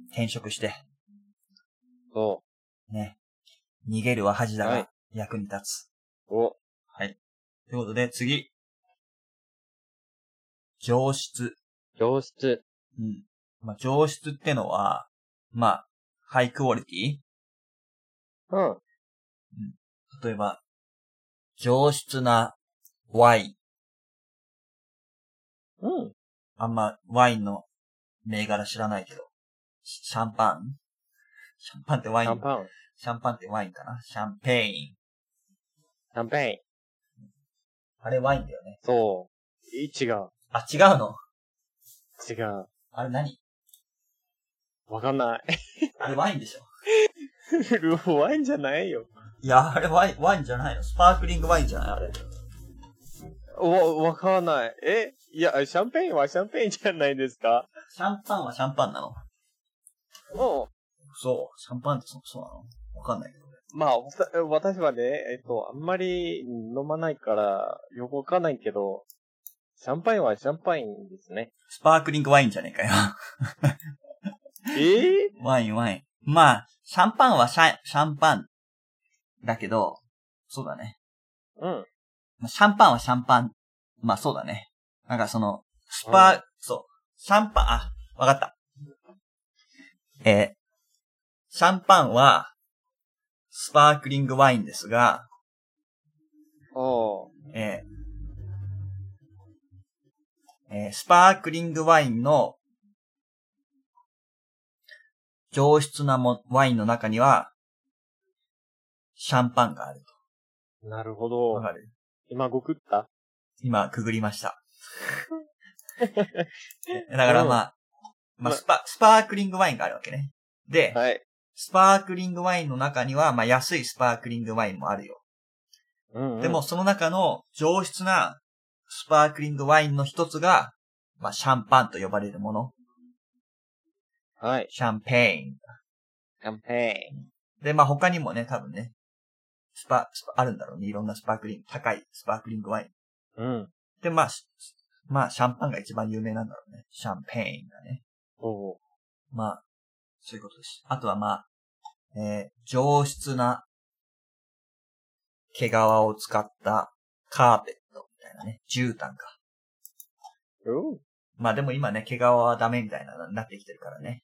[SPEAKER 1] 転職して、
[SPEAKER 2] そ
[SPEAKER 1] ね。逃げるは恥だ
[SPEAKER 2] はい
[SPEAKER 1] が、役に立つ。
[SPEAKER 2] う。お、
[SPEAKER 1] ということで、次。上質。
[SPEAKER 2] 教室。
[SPEAKER 1] うん。まあ、上質ってのは、まあ、ハイクオリティ
[SPEAKER 2] うん。
[SPEAKER 1] 例えば、上質なワイン。
[SPEAKER 2] うん。
[SPEAKER 1] あんまワインの銘柄知らないけど。シシャンパンシャンパンってワ
[SPEAKER 2] シ
[SPEAKER 1] イン
[SPEAKER 2] ャンパン。
[SPEAKER 1] シャンパンってワインかなシャンペイン。
[SPEAKER 2] シャンペイン。
[SPEAKER 1] あれワインだよね。
[SPEAKER 2] そう。違う。
[SPEAKER 1] あ、違うの
[SPEAKER 2] 違う。
[SPEAKER 1] あれ何
[SPEAKER 2] わかんない。
[SPEAKER 1] あれワインでしょ
[SPEAKER 2] ルーワインじゃないよ。
[SPEAKER 1] いや、あれワイン、ワインじゃないのスパークリングワインじゃないあれ。
[SPEAKER 2] わ、わかんない。えいや、シャンペインはシャンペインじゃないですか
[SPEAKER 1] シャンパンはシャンパンなの
[SPEAKER 2] も
[SPEAKER 1] そう、シャンパンってそそうなのわかんないけどね。
[SPEAKER 2] う、まあ、わた私はね、えっと、あんまり飲まないから、よくわかんないけど、シャンパインはシャンパインですね。
[SPEAKER 1] スパークリングワインじゃねえかよ。
[SPEAKER 2] ええ
[SPEAKER 1] ワインワイン。まあ、シャンパンはシャシャンパンだけど、そうだね。
[SPEAKER 2] うん。
[SPEAKER 1] まあシャンパンはシャンパン。まあそうだね。なんかその、スパー、
[SPEAKER 2] う
[SPEAKER 1] そう。シャンパン、あ、わかった。えーシャンパンは、スパークリングワインですが、
[SPEAKER 2] おう。
[SPEAKER 1] えーえースパークリングワインの上質なもワインの中には、シャンパンがある。
[SPEAKER 2] なるほど
[SPEAKER 1] わ。かる
[SPEAKER 2] 今、ごくった
[SPEAKER 1] 今、くぐりました。だからまあ、まあ、スパ、スパークリングワインがあるわけね。で、
[SPEAKER 2] はい。
[SPEAKER 1] スパークリングワインの中には、まあ安いスパークリングワインもあるよ。
[SPEAKER 2] うん、うん。
[SPEAKER 1] でも、、その中の上質なスパークリングワインの一つが、まあ、シャンパンと呼ばれるもの。
[SPEAKER 2] はい。
[SPEAKER 1] シャンペイン。
[SPEAKER 2] シャンペイン。
[SPEAKER 1] で、まあ、他にもね、多分ね、スパ、スパあるんだろうね。いろんなスパークリング、高いスパークリングワイン。
[SPEAKER 2] うん。
[SPEAKER 1] で、まあ、しまあ、シャンパンが一番有名なんだろうね。シャンペインがね。
[SPEAKER 2] おう。
[SPEAKER 1] まあ、そういうことです。あとはまあ、えー上質な毛皮を使ったカーペットみたいなね、絨毯か。
[SPEAKER 2] おう。
[SPEAKER 1] まあでも今ね、怪我はダメみたいな、なってきてるからね。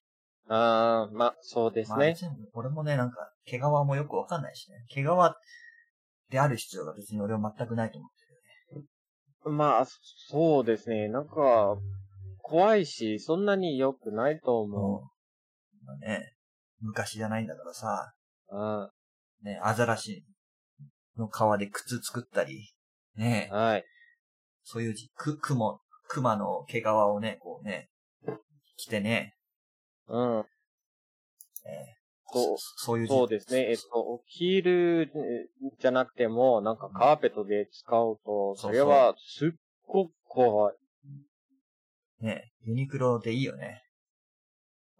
[SPEAKER 2] あー、まあ、そうです
[SPEAKER 1] まあ
[SPEAKER 2] ね。
[SPEAKER 1] 別に俺もね、なんか、怪我はもうよくわかんないしね。怪我は、である必要が別に俺は全くないと思ってる。
[SPEAKER 2] まあ、そそうですね。なんか、怖いし、そんなに良くないと思う。
[SPEAKER 1] うん。まあね、昔じゃないんだからさ、
[SPEAKER 2] うん。
[SPEAKER 1] ね、アザラシの皮で靴作ったり、ね、
[SPEAKER 2] はい。
[SPEAKER 1] そういうじ、く、雲、熊の毛皮をね、こうね、着てね、
[SPEAKER 2] うん。
[SPEAKER 1] えー
[SPEAKER 2] そう
[SPEAKER 1] そそういうじ
[SPEAKER 2] そうですね。えっと、ヒールじゃなくても、なんかカーペットで使うと、
[SPEAKER 1] そ
[SPEAKER 2] そ
[SPEAKER 1] そ
[SPEAKER 2] う
[SPEAKER 1] う
[SPEAKER 2] れはすっごく怖い。
[SPEAKER 1] ね、ユニクロでいいよね。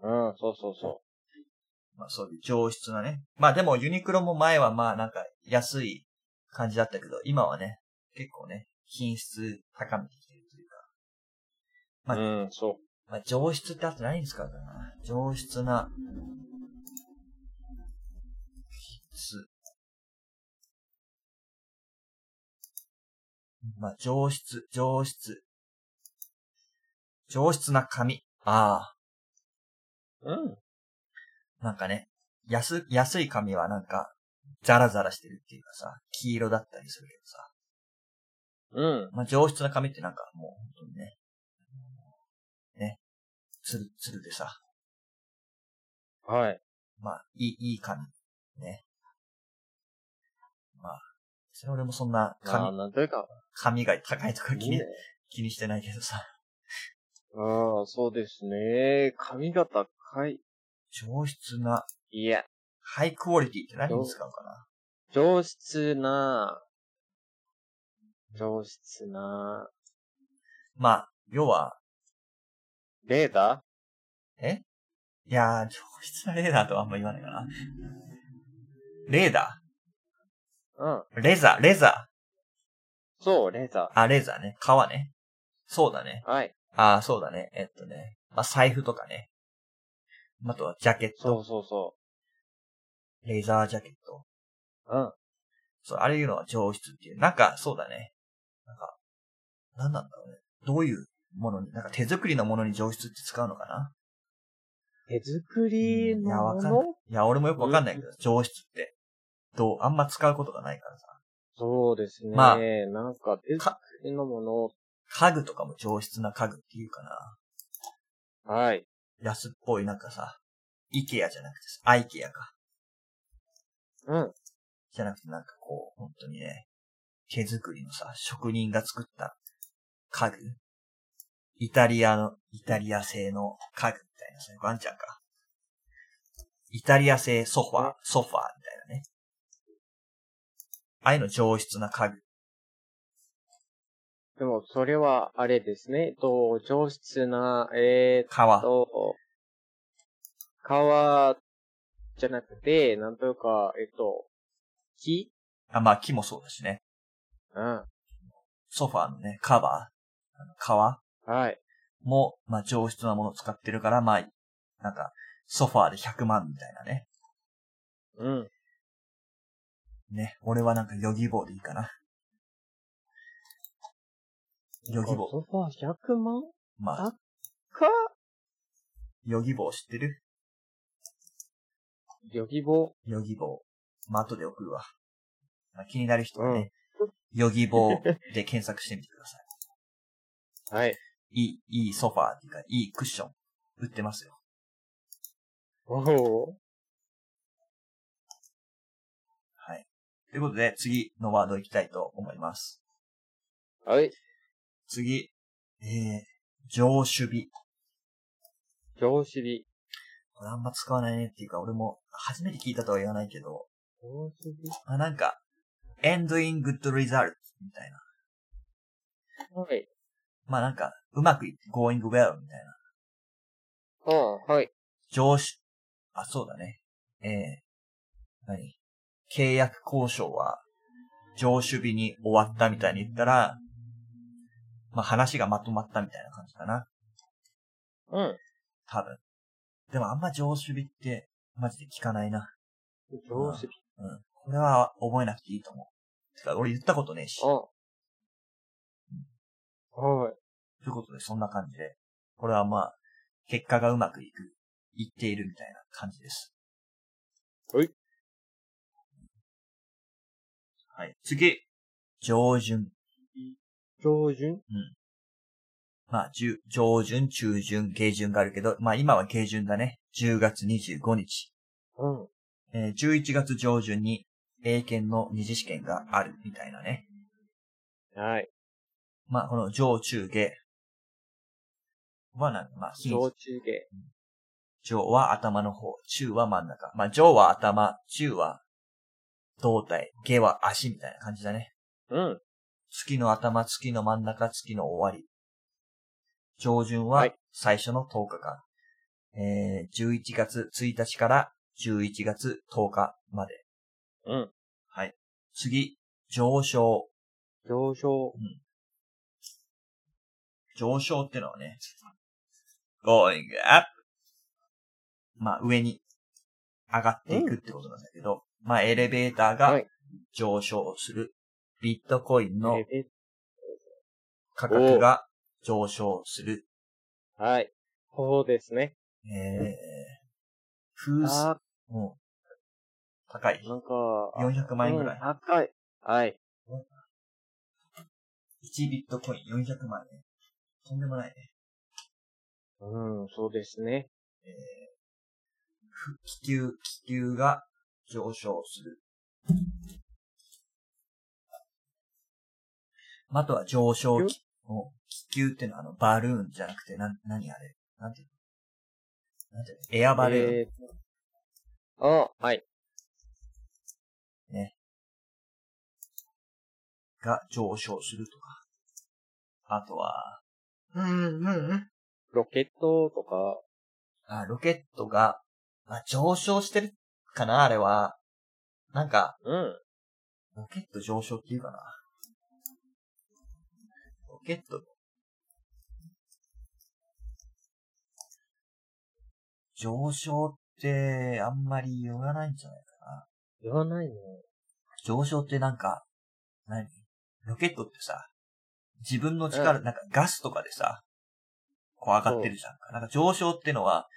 [SPEAKER 2] うん、そうそうそ
[SPEAKER 1] まあそういう上質なね。まあでもユニクロも前はまあなんか安い感じだったけど、今はね、結構ね、品質高めてきてるというか。ま
[SPEAKER 2] う。
[SPEAKER 1] あ
[SPEAKER 2] うん、そ
[SPEAKER 1] まあ上質ってあと何に使うかな。上質な、質。まあ上質、上質。上質な紙。ああ。
[SPEAKER 2] う。うん。
[SPEAKER 1] なんかね、安、安い紙はなんか、ザラザラしてるっていうかさ、黄色だったりするけどさ。
[SPEAKER 2] うん。
[SPEAKER 1] まあ、上質な紙ってなんかもう本当にね、ね、つる、つるでさ、
[SPEAKER 2] はい。
[SPEAKER 1] まあ、いい、いい紙。ね。まあ、それ俺もそんな
[SPEAKER 2] まあ、
[SPEAKER 1] 紙、
[SPEAKER 2] なんというか、
[SPEAKER 1] 紙が高いとか気に
[SPEAKER 2] ね、
[SPEAKER 1] 気にしてないけどさ、
[SPEAKER 2] ああ、そうですね。髪が高い。
[SPEAKER 1] 上質な、
[SPEAKER 2] いや、
[SPEAKER 1] ハイクオリティって何に使うかな。
[SPEAKER 2] 上質な、上質な、
[SPEAKER 1] まあ、要は、
[SPEAKER 2] レーダ
[SPEAKER 1] えいやー、上質なレーダーとはあんま言わないかな。レーダー
[SPEAKER 2] ーうん。
[SPEAKER 1] レザー、レザ
[SPEAKER 2] そう、レー
[SPEAKER 1] ー。
[SPEAKER 2] ダ
[SPEAKER 1] あ、レザーね。革ね。そうだね。
[SPEAKER 2] ー。はい。
[SPEAKER 1] あーそうだね。えっとね。まあ、財布とかね。あとは、ジャケッ
[SPEAKER 2] そ
[SPEAKER 1] ト
[SPEAKER 2] う。そうそ
[SPEAKER 1] レザージャケット。
[SPEAKER 2] う。うん。
[SPEAKER 1] そう、あれいうのは上質っていう。なんか、そうだね。なんか、なんなんだろうね。どういうものに、なんか手作りのものに上質って使うのかな
[SPEAKER 2] 手作り
[SPEAKER 1] いや、
[SPEAKER 2] の
[SPEAKER 1] わ
[SPEAKER 2] も
[SPEAKER 1] かんな
[SPEAKER 2] の
[SPEAKER 1] い。いや、俺もよくわかんないけど、上質って。どうあんま使うことがないからさ。
[SPEAKER 2] そうですね。
[SPEAKER 1] まあ
[SPEAKER 2] なんか、手作りのもの。
[SPEAKER 1] 家具とかも上質な家具っていうかな。
[SPEAKER 2] はい。
[SPEAKER 1] 安っぽいなんかさ、イケアじゃなくてさ、アイケアか。
[SPEAKER 2] うん。
[SPEAKER 1] じゃなくてなんかこう、本当にね、手作りのさ、職人が作った家具イタリアの、イタリア製の家具みたいなさ、ワンちゃんか。イタリア製ソファー、ソファーみたいなね。ああいうの上質な家具。
[SPEAKER 2] でも、それは、あれですね。えっと、上質な、えー、えっ
[SPEAKER 1] 革。
[SPEAKER 2] と、革じゃなくて、なんというか、えっと、木
[SPEAKER 1] あ、まあ木もそうだしね。
[SPEAKER 2] うん。
[SPEAKER 1] ソファーのね、カバー。あの革
[SPEAKER 2] はい。
[SPEAKER 1] も、まあ、上質なものを使ってるから、まあ、なんか、ソファーで100万みたいなね。
[SPEAKER 2] うん。
[SPEAKER 1] ね。俺はなんか、ヨギボーでいいかな。ヨギボー。
[SPEAKER 2] ソファー100万
[SPEAKER 1] まあ、
[SPEAKER 2] あか
[SPEAKER 1] ヨギボー知ってる
[SPEAKER 2] ヨギボ
[SPEAKER 1] ヨギボー。まあ、後で送るわ。まあ、気になる人はね、
[SPEAKER 2] う
[SPEAKER 1] ヨギボーで検索してみてくださ
[SPEAKER 2] ー。はい。
[SPEAKER 1] い。 いい、いいソファーっていうか、いいクッション、売ってますよ。
[SPEAKER 2] おお。
[SPEAKER 1] はい。ということで、次のワードいきたいと思います。
[SPEAKER 2] はい。
[SPEAKER 1] 次、えー、上手備。
[SPEAKER 2] 上手日。
[SPEAKER 1] これあんま使わないねっていうか、俺も初めて聞いたとは言わないけど、
[SPEAKER 2] 上手日
[SPEAKER 1] まあなんか、end in good result みたいな。
[SPEAKER 2] はい。
[SPEAKER 1] まあなんか、うまくいって going well みたいな。
[SPEAKER 2] うん、はい。
[SPEAKER 1] 上司、あ、そうだね。ええ何契約交渉は、上手日に終わったみたいに言ったら、まあ話がまとまったみたいな感じかな。
[SPEAKER 2] うん。
[SPEAKER 1] 多分。でもあんま上手日って、マジで聞かないな。
[SPEAKER 2] 上手日。
[SPEAKER 1] うん。これは覚えなくていいと思う。てか、俺言ったことねえし。
[SPEAKER 2] うん。はい。
[SPEAKER 1] ということで、そんな感じで。これはまあ、結果がうまくいく、いっているみたいな感じです。
[SPEAKER 2] はい。
[SPEAKER 1] はい。次。上旬。
[SPEAKER 2] 上旬
[SPEAKER 1] まあ、十上旬、中旬、下旬があるけど、まあ今は下旬だね。10月25日。
[SPEAKER 2] うん。
[SPEAKER 1] えー11月上旬に英検の二次試験があるみたいなね。
[SPEAKER 2] はい。
[SPEAKER 1] まあ、この上中下はなんまあ、日に
[SPEAKER 2] 上中下。
[SPEAKER 1] 上は頭の方、中は真ん中。まあ、上は頭、中は胴体、下は足みたいな感じだね。
[SPEAKER 2] うん。
[SPEAKER 1] 月の頭、月の真ん中、月の終わり。上旬
[SPEAKER 2] は
[SPEAKER 1] はい最初の10日間。えー、11月1日から11月10日まで。
[SPEAKER 2] うん。
[SPEAKER 1] はい。次、上昇。
[SPEAKER 2] 上昇。
[SPEAKER 1] 上昇ってのはね、going up。まあ、上に上がっていくってことなんだけど、まあ、エレベーター
[SPEAKER 2] は
[SPEAKER 1] が
[SPEAKER 2] い
[SPEAKER 1] 上昇する。ビットコインの
[SPEAKER 2] ええ
[SPEAKER 1] 価格が上昇する。
[SPEAKER 2] はい。そうですね。
[SPEAKER 1] えー、風水、
[SPEAKER 2] あ
[SPEAKER 1] うん、高い
[SPEAKER 2] ー、。なんか、
[SPEAKER 1] 400万円ぐらい
[SPEAKER 2] うん高い。はい。
[SPEAKER 1] 1ビットコイン400万円。とんでもないね。
[SPEAKER 2] うん、そうですね。
[SPEAKER 1] えーふ気球、気球が上昇する。あとは上昇気うん気球ってのはあのバルーンじゃなくて、な、何あれなんていうのなんていうのエアバルーン。
[SPEAKER 2] えーあーはい。
[SPEAKER 1] が上昇するとか。あとは、
[SPEAKER 2] ロケットとか、
[SPEAKER 1] あロケットが、あ上昇してるかなあれは。なんか、
[SPEAKER 2] うん。
[SPEAKER 1] ロケット上昇っていうかな。ロケット。上昇って、あんまり言わないんじゃないかな。
[SPEAKER 2] 言わないね。
[SPEAKER 1] 上昇ってなんか、何ロケットってさ、自分の力、なんかガスとかでさ、こう上がってるじゃんか。なんか上昇ってのは、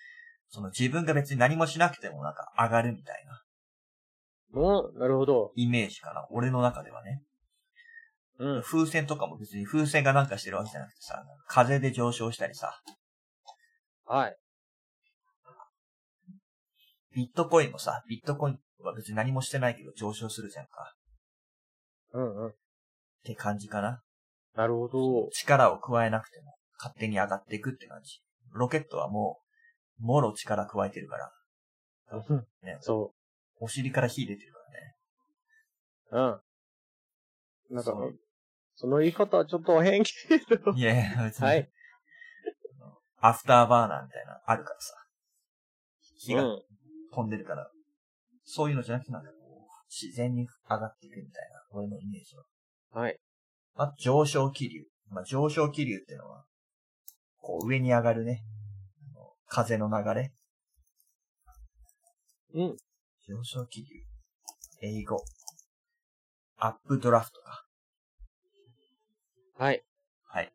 [SPEAKER 1] その自分が別に何もしなくてもなんか上がるみたいな
[SPEAKER 2] もう、なるほど。
[SPEAKER 1] イメージかな。俺の中ではね。
[SPEAKER 2] うん。
[SPEAKER 1] 風船とかも別に風船がなんかしてるわけじゃなくてさ、風で上昇したりさ、
[SPEAKER 2] はい。
[SPEAKER 1] ビットコインもさ、ビットコインは別に何もしてないけど上昇するじゃんか。
[SPEAKER 2] うんうん。
[SPEAKER 1] って感じかな。
[SPEAKER 2] なるほど。
[SPEAKER 1] 力を加えなくても勝手に上がっていくって感じ。ロケットはもう、もろ力加えてるから、
[SPEAKER 2] うん
[SPEAKER 1] ね
[SPEAKER 2] そ
[SPEAKER 1] お尻から火出てるからね。
[SPEAKER 2] う。うん。なんか
[SPEAKER 1] そう、
[SPEAKER 2] その言い方はちょっと変け ど。
[SPEAKER 1] いやいや、別に。
[SPEAKER 2] はい。
[SPEAKER 1] アフターバーナーみたいな、あるからさ。火
[SPEAKER 2] う
[SPEAKER 1] が
[SPEAKER 2] ん。
[SPEAKER 1] 飛んでるから。そういうのじゃなくて、なんかこう、自然に上がっていくみたいな、俺のイメージは。
[SPEAKER 2] はい。
[SPEAKER 1] あと、上昇気流。まあ、上昇気流ってのは、こう、上に上がるね。あの風の流れ。
[SPEAKER 2] うん。
[SPEAKER 1] 上昇気流。英語。アップドラフトか。
[SPEAKER 2] はい。
[SPEAKER 1] はい。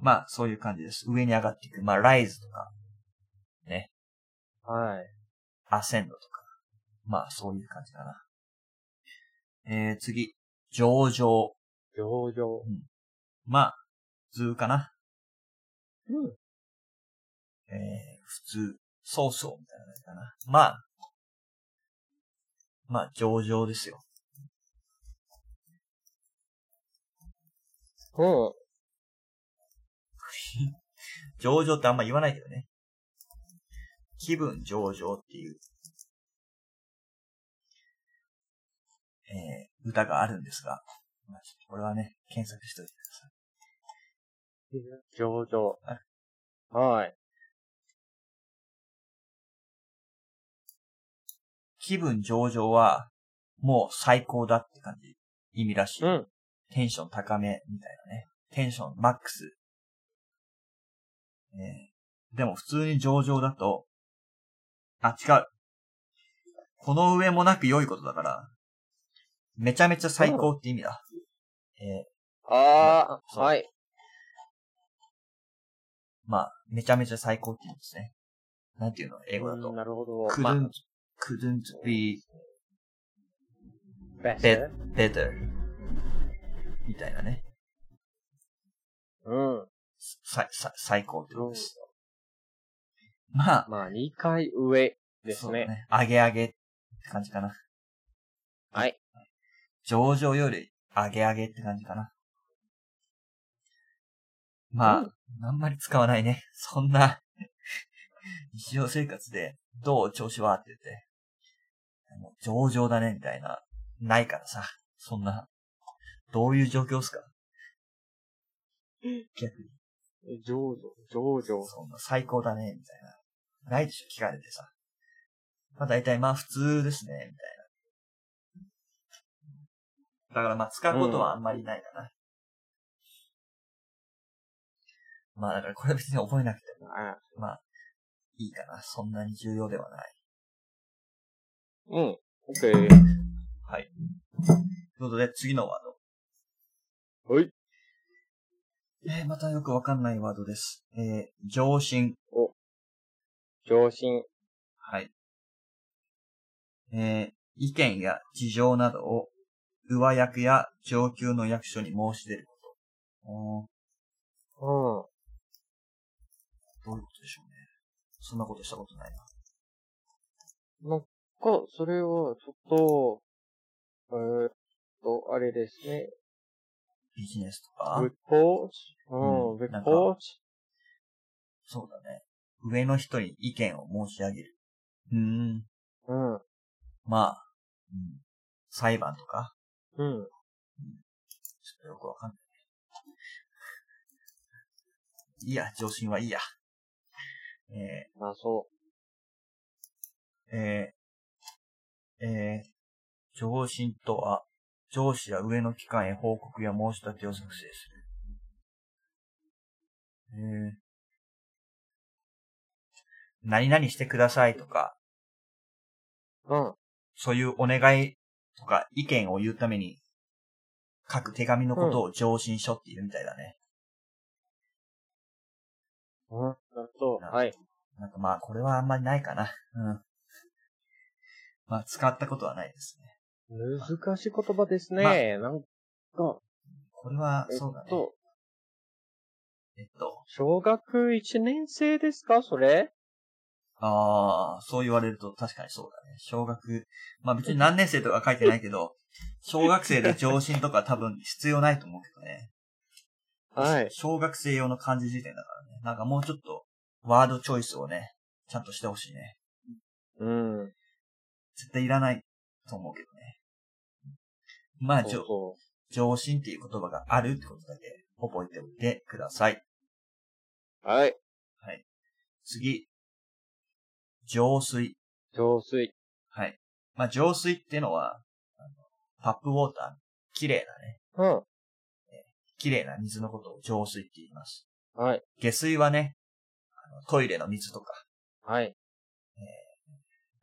[SPEAKER 1] まあ、そういう感じです。上に上がっていく。まあ、ライズとか、
[SPEAKER 2] はい。
[SPEAKER 1] アセンドとか。まあ、そういう感じかな。えー、次。上場。
[SPEAKER 2] 上場。
[SPEAKER 1] まあ、普通かな。
[SPEAKER 2] うん。
[SPEAKER 1] えー、普通。そうそうみたいな感じかな。まあ、まあ、上場ですよ。
[SPEAKER 2] うん。
[SPEAKER 1] 上場ってあんま言わないけどね。気分上々っていう、えー、歌があるんですが、まあ、ちょっとこれはね、検索しておいてください。
[SPEAKER 2] 上場。はい。
[SPEAKER 1] 気分上々は、もう最高だって感じ。意味らしい。
[SPEAKER 2] うん。
[SPEAKER 1] テンション高め、みたいなね。テンションマックス。えーでも普通に上々だと、あ、違う。この上もなく良いことだから、めちゃめちゃ最高って意味だ。えー
[SPEAKER 2] あ
[SPEAKER 1] そ
[SPEAKER 2] あ、
[SPEAKER 1] う
[SPEAKER 2] はい。
[SPEAKER 1] まあ、めちゃめちゃ最高って言うんですね。なんていうの英語だ
[SPEAKER 2] う
[SPEAKER 1] と
[SPEAKER 2] ん。なるほど。
[SPEAKER 1] couldn't,、
[SPEAKER 2] まあ
[SPEAKER 1] couldn't be
[SPEAKER 2] better?
[SPEAKER 1] better. みたいなね。
[SPEAKER 2] うん。
[SPEAKER 1] さ、さ、最高ってことです。まあ、
[SPEAKER 2] まあ、2回上です
[SPEAKER 1] そう
[SPEAKER 2] ね。
[SPEAKER 1] ね。上げ上げって感じかな。
[SPEAKER 2] はい。
[SPEAKER 1] 上場より上げ上げって感じかな。まあ、
[SPEAKER 2] うん
[SPEAKER 1] あんまり使わないね。そんな、 日常生活で、どう調子はって言って、あの上場だね、みたいな、ないからさ。そんな、どういう状況っすか逆に、
[SPEAKER 2] 上場、上場。
[SPEAKER 1] そんな最高だね、みたいな。ないでしょ、聞かれてさ。まあ大体まあ普通ですね、みたいな。だからまあ使うことはあんまりないかな。まあだからこれ別に覚えなくても、
[SPEAKER 2] あ
[SPEAKER 1] まあ、いいかな。そんなに重要ではない。
[SPEAKER 2] うん。OK。
[SPEAKER 1] はい。ということで、次のワード。
[SPEAKER 2] はい。
[SPEAKER 1] えー、またよくわかんないワードです。えー、上心。
[SPEAKER 2] 上心。
[SPEAKER 1] はい。えー、意見や事情などを、上役や上級の役所に申し出ること。お
[SPEAKER 2] うん。
[SPEAKER 1] ーどういうことでしょうね。そんなことしたことないな。
[SPEAKER 2] なんか、それは、ちょっと、えーっと、あれですね。
[SPEAKER 1] ビジネスとか、
[SPEAKER 2] ぶっこ
[SPEAKER 1] う
[SPEAKER 2] うんん、ぶっ
[SPEAKER 1] なんか
[SPEAKER 2] こ
[SPEAKER 1] そうだね。上の人に意見を申し上げる。うーん、
[SPEAKER 2] うん。
[SPEAKER 1] まあ、うん、裁判とか、
[SPEAKER 2] う
[SPEAKER 1] ちょ
[SPEAKER 2] ん。
[SPEAKER 1] っとよくわかんない。いいや、上心はいいや。えー、
[SPEAKER 2] まあ、そ
[SPEAKER 1] えー、えー、上申とは、上司や上の機関へ報告や申し立てを作成する。えー、何々してくださいとか、
[SPEAKER 2] う。うん。
[SPEAKER 1] そういうお願いとか意見を言うために、書く手紙のことを上申書っていうみたいだね。
[SPEAKER 2] うん。なるほど。
[SPEAKER 1] な
[SPEAKER 2] はい。
[SPEAKER 1] なんかまあ、これはあんまりないかな。うん。まあ、使ったことはないですね。
[SPEAKER 2] 難しい言葉ですね。なんか、
[SPEAKER 1] これは、
[SPEAKER 2] えっ
[SPEAKER 1] そうだね。
[SPEAKER 2] と、
[SPEAKER 1] えっと、
[SPEAKER 2] 小学1年生ですかそれ
[SPEAKER 1] ああ、そう言われると確かにそうだね。小学、まあ別に何年生とか書いてないけ ど、小学生で上申とか多分必要ないと思うけどね。
[SPEAKER 2] はい。
[SPEAKER 1] 小学生用の漢字辞典だからね。なんかもうちょっと、ワードチョイスをね、ちゃんとしてほしいね。
[SPEAKER 2] うん。
[SPEAKER 1] 絶対いらないと思うけどね。まあ、
[SPEAKER 2] そう
[SPEAKER 1] 上
[SPEAKER 2] そ
[SPEAKER 1] 上申っていう言葉があるってことだけ覚えておいてください。
[SPEAKER 2] う。はい。
[SPEAKER 1] 次。上水。
[SPEAKER 2] 浄水。
[SPEAKER 1] はい。まあ、浄水っていうのは、あのタップウォーター、綺麗なね、
[SPEAKER 2] うん。
[SPEAKER 1] 綺麗な水のことを浄水って言います。
[SPEAKER 2] はい。
[SPEAKER 1] 下水はね、あのトイレの水とか、
[SPEAKER 2] はい。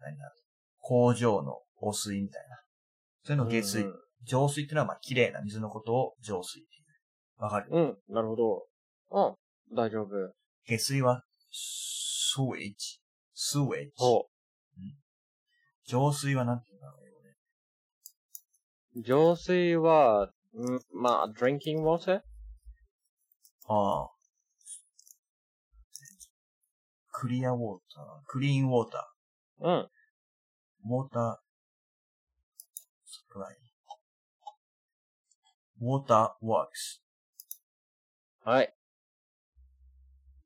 [SPEAKER 1] 何だろう工場の汚水みたいな。そういうのを下水。
[SPEAKER 2] うん
[SPEAKER 1] 浄水っていうのは、まあ、綺麗な水のことを浄水っていう。わかる
[SPEAKER 2] うん。なるほど。うん。大丈夫。
[SPEAKER 1] 下水は、スウェッチ。スウェッチ。
[SPEAKER 2] ほ
[SPEAKER 1] 浄水はなんて言うんだろうね
[SPEAKER 2] う。浄水は、うん、まあ、drinking water?
[SPEAKER 1] ああ。クリアウォーター、クリーンウォーター。
[SPEAKER 2] うん。
[SPEAKER 1] モーター、サプライ。ウォーターワークス。
[SPEAKER 2] はい。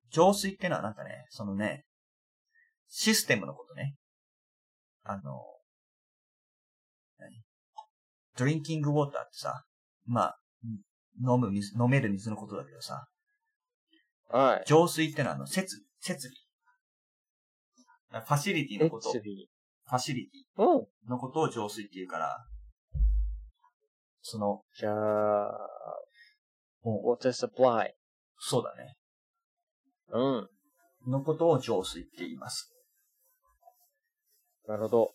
[SPEAKER 1] 浄水ってのはなんかね、そのね、システムのことね。あの、何ドリンキングウォーターってさ、まあ、飲む水、飲める水のことだけどさ、
[SPEAKER 2] はい。
[SPEAKER 1] 浄水ってのはあの、設備、設備。ファシリティのこと。フ
[SPEAKER 2] 設備。
[SPEAKER 1] ァシリテ
[SPEAKER 2] うん。
[SPEAKER 1] ィのことを浄水って言うから、その、
[SPEAKER 2] じゃあ、
[SPEAKER 1] もう
[SPEAKER 2] water supply。
[SPEAKER 1] そうだね。
[SPEAKER 2] うん。
[SPEAKER 1] のことを浄水って言います。
[SPEAKER 2] なるほど。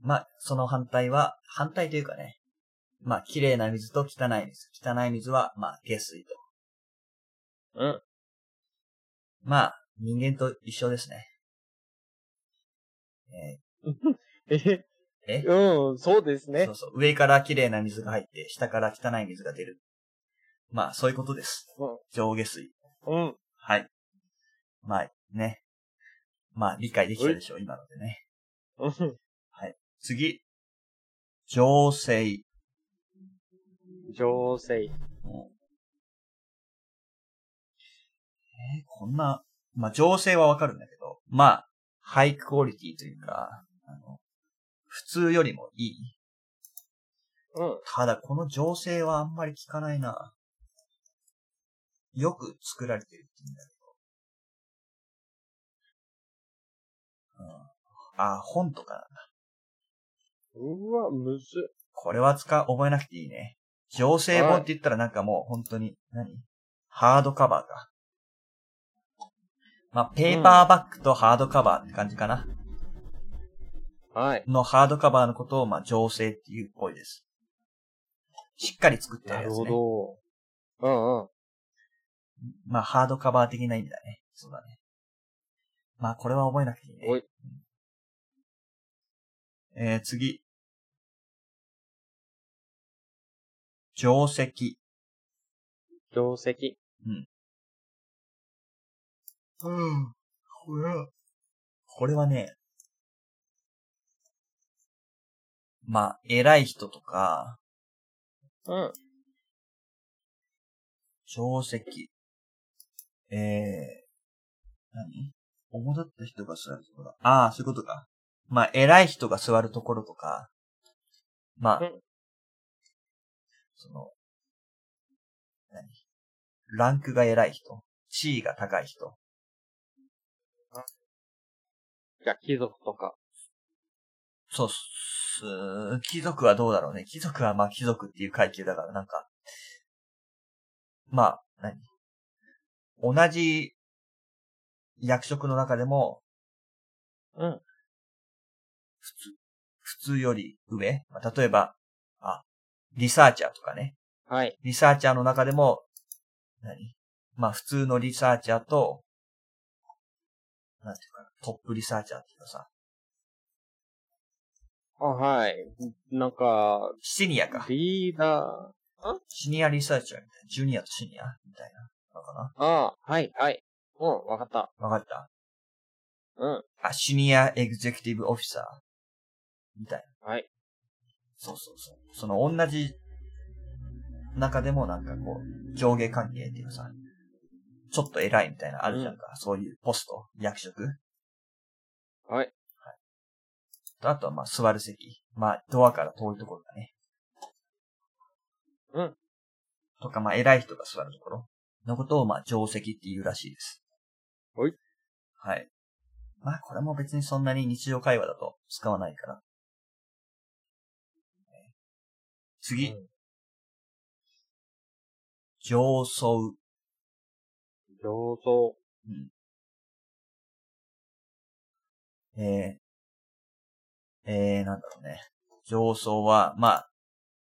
[SPEAKER 1] まあ、その反対は、反対というかね。まあ、綺麗な水と汚い水。汚い水は、まあ、下水と。
[SPEAKER 2] うん。
[SPEAKER 1] まあ、人間と一緒ですね。え
[SPEAKER 2] え、
[SPEAKER 1] え
[SPEAKER 2] うん、そうですね
[SPEAKER 1] そ。うそう。上から綺麗な水が入って、下から汚い水が出る。まあ、そういうことです。上下水。
[SPEAKER 2] うん。うん。
[SPEAKER 1] はい。まあ、ね。まあ、理解できたでしょう、今のでね。
[SPEAKER 2] うん
[SPEAKER 1] 次。情勢。
[SPEAKER 2] 情勢。
[SPEAKER 1] もうえーこんな、まあ、情勢はわかるんだけど、まあ、ハイクオリティというか、あの、普通よりもいい。
[SPEAKER 2] うん。
[SPEAKER 1] ただ、この情勢はあんまり聞かないな。よく作られてるって言うんだけど。うん。あ、本とかなんだ。
[SPEAKER 2] うわ、むず。
[SPEAKER 1] これは使う、覚えなくていいね。情勢本って言ったらなんかもう本当に、何ハードカバーか。まあ、ペーパーバッグとハードカバーって感じかな。
[SPEAKER 2] はい。
[SPEAKER 1] のハードカバーのことを、まあ、情勢っていうっぽいです。しっかり作ってあ
[SPEAKER 2] な
[SPEAKER 1] る
[SPEAKER 2] る
[SPEAKER 1] やつ
[SPEAKER 2] ほ
[SPEAKER 1] ね。
[SPEAKER 2] ど。うんうん。
[SPEAKER 1] まあ、ハードカバー的な意味だね。そうだね。まあ、これは覚えなくていいね。
[SPEAKER 2] おい
[SPEAKER 1] えー、次。定石。
[SPEAKER 2] 定石。
[SPEAKER 1] うん。これは。これはね、まあ、偉い人とか、
[SPEAKER 2] うん。
[SPEAKER 1] 定石。ええ何主だった人が座るところ。ああ、そういうことか。まあ、偉い人が座るところとか、まあ、
[SPEAKER 2] うん
[SPEAKER 1] その、何ランクが偉い人、地位が高い人、
[SPEAKER 2] じゃあ、貴族とか。
[SPEAKER 1] そうっす。貴族はどうだろうね。貴族はまあ貴族っていう階級だから、なんか、まあ、何同じ役職の中でも
[SPEAKER 2] うん。
[SPEAKER 1] 普通、普通より上、まあ、例えば、あ、リサーチャーとかね。
[SPEAKER 2] はい。
[SPEAKER 1] リサーチャーの中でも、何まあ普通のリサーチャーと、なんていうかな、トップリサーチャーっていうかさ、
[SPEAKER 2] あ、はい。なんか、
[SPEAKER 1] シニアか。
[SPEAKER 2] リーダ
[SPEAKER 1] シニアリサーチャーみたいな。ジュニアとシニアみたいな。のかな
[SPEAKER 2] ー。ああ、はい、はい。うん、わかった。
[SPEAKER 1] わかった
[SPEAKER 2] うん。
[SPEAKER 1] あ、シニアエグゼクティブオフィサー。みたいな。
[SPEAKER 2] はい。
[SPEAKER 1] そうそうそう。その同じ中でもなんかこう、上下関係っていうかさ、ちょっと偉いみたいなあるじゃんか。そういうポスト、役職。
[SPEAKER 2] はい。
[SPEAKER 1] あとはまあ座る席。まあドアから遠いところだね。
[SPEAKER 2] うん。
[SPEAKER 1] とかまあ偉い人が座るところのことをまあ定石っていうらしいです。
[SPEAKER 2] はい。
[SPEAKER 1] はい。まあこれも別にそんなに日常会話だと使わないから。次。
[SPEAKER 2] うん
[SPEAKER 1] 上層。
[SPEAKER 2] 上層。
[SPEAKER 1] えー、えー、なんだろうね。上層は、ま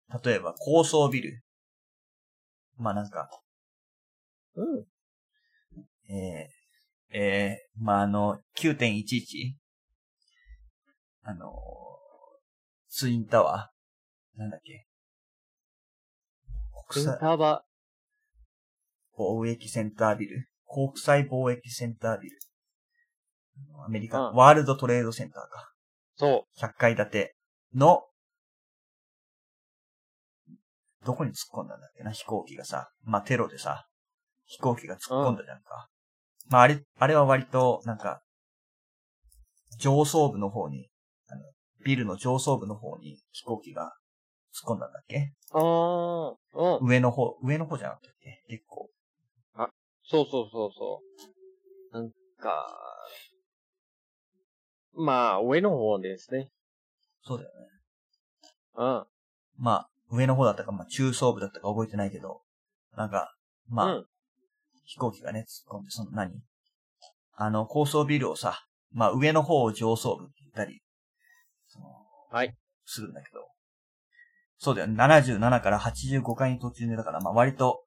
[SPEAKER 1] あ、例えば高層ビル。まあなんか、
[SPEAKER 2] うん。
[SPEAKER 1] えー、えー、まああの、9.11? あのー、ツインタワーなんだっけ
[SPEAKER 2] イ
[SPEAKER 1] 国
[SPEAKER 2] ン
[SPEAKER 1] 際
[SPEAKER 2] ターバ
[SPEAKER 1] 貿易センタービル国際貿易センタービルアメリカ、
[SPEAKER 2] うん
[SPEAKER 1] ワールドトレードセンターか。
[SPEAKER 2] そ
[SPEAKER 1] 100階建ての、どこに突っ込んだんだっけな、飛行機がさ。まあ、テロでさ、飛行機が突っ込んだじゃんか。まあ、あれ、あれは割と、なんか、上層部の方に、あのビルの上層部の方に飛行機が突っ込んだんだっけ
[SPEAKER 2] う。ああ、うん。
[SPEAKER 1] 上の方、上の方じゃなかったっけ結構。
[SPEAKER 2] そうそうそうそう。なんか、まあ、上の方ですね。
[SPEAKER 1] そうだよね。
[SPEAKER 2] うん。
[SPEAKER 1] まあ、上の方だったか、まあ、中層部だったか覚えてないけど、なんか、まあ、
[SPEAKER 2] うん。
[SPEAKER 1] 飛行機がね、突っ込んで、その何あの、高層ビルをさ、まあ上の方を上層部って言ったり、その
[SPEAKER 2] はい。
[SPEAKER 1] するんだけど。そうだよね。77から85階に途中で、だからまあ割と、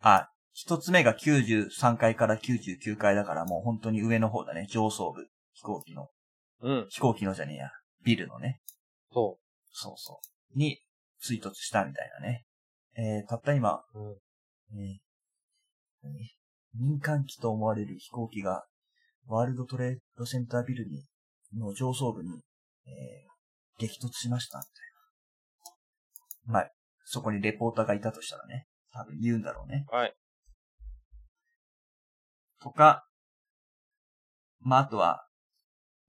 [SPEAKER 1] あ、一つ目が93階から99階だからもう本当に上の方だね。上層部。飛行機の。
[SPEAKER 2] うん。
[SPEAKER 1] 飛行機のじゃねえや。ビルのね。
[SPEAKER 2] そ
[SPEAKER 1] そうそう。に追突したみたいなね。えー、たった今、
[SPEAKER 2] う。うん。
[SPEAKER 1] えー何民間機と思われる飛行機が、ワールドトレードセンタービルに、の上層部に、えー激突しました、みたいな。まあ、そこにレポーターがいたとしたらね、多分言うんだろうね。
[SPEAKER 2] はい。
[SPEAKER 1] とか、まあ、あとは、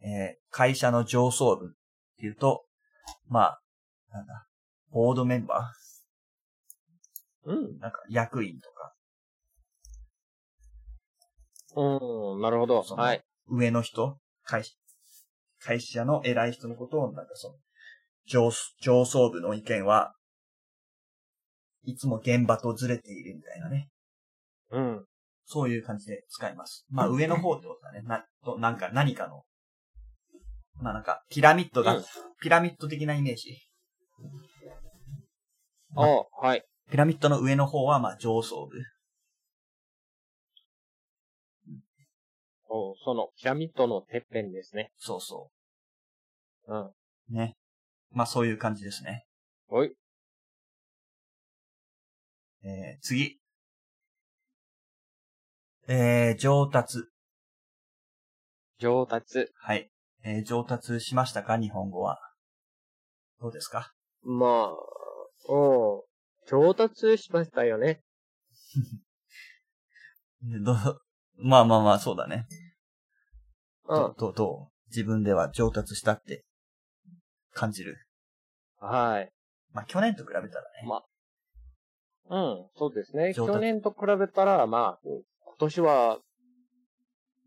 [SPEAKER 1] えー会社の上層部っていうと、まあ、なんだ、ボードメンバ
[SPEAKER 2] うん
[SPEAKER 1] ー。なんか役員とか、
[SPEAKER 2] うん、なるほど。
[SPEAKER 1] その
[SPEAKER 2] はい。
[SPEAKER 1] 上の人、会社、会社の偉い人のことを、なんかその、上、上層部の意見は、いつも現場とずれているみたいなね。
[SPEAKER 2] うん。
[SPEAKER 1] そういう感じで使います。まあ上の方ってことだね。な、と、なんか何かの、まあなんか、ピラミッドだ、
[SPEAKER 2] うん
[SPEAKER 1] ピラミッド的なイメージ。
[SPEAKER 2] ああ、はい。
[SPEAKER 1] ピラミッドの上の方は、まあ、上層部。
[SPEAKER 2] おその、ピラミッドのてっぺんですね。
[SPEAKER 1] そうそ
[SPEAKER 2] うん。
[SPEAKER 1] う。ね。まあ、そういう感じですね。
[SPEAKER 2] おい。
[SPEAKER 1] えー、次。えー、上達。
[SPEAKER 2] 上達。
[SPEAKER 1] はい。えー、上達しましたか日本語は。どうですか
[SPEAKER 2] まあ、うん。上達しましたよね。
[SPEAKER 1] どう、まあまあまあ、そうだね。
[SPEAKER 2] う
[SPEAKER 1] ど
[SPEAKER 2] ん
[SPEAKER 1] う。どう、どう自分では上達したって感じる。
[SPEAKER 2] はい。
[SPEAKER 1] まあ、去年と比べたらね。
[SPEAKER 2] まうん、そうですね。
[SPEAKER 1] 上達
[SPEAKER 2] 去年と比べたら、まあ、今年は、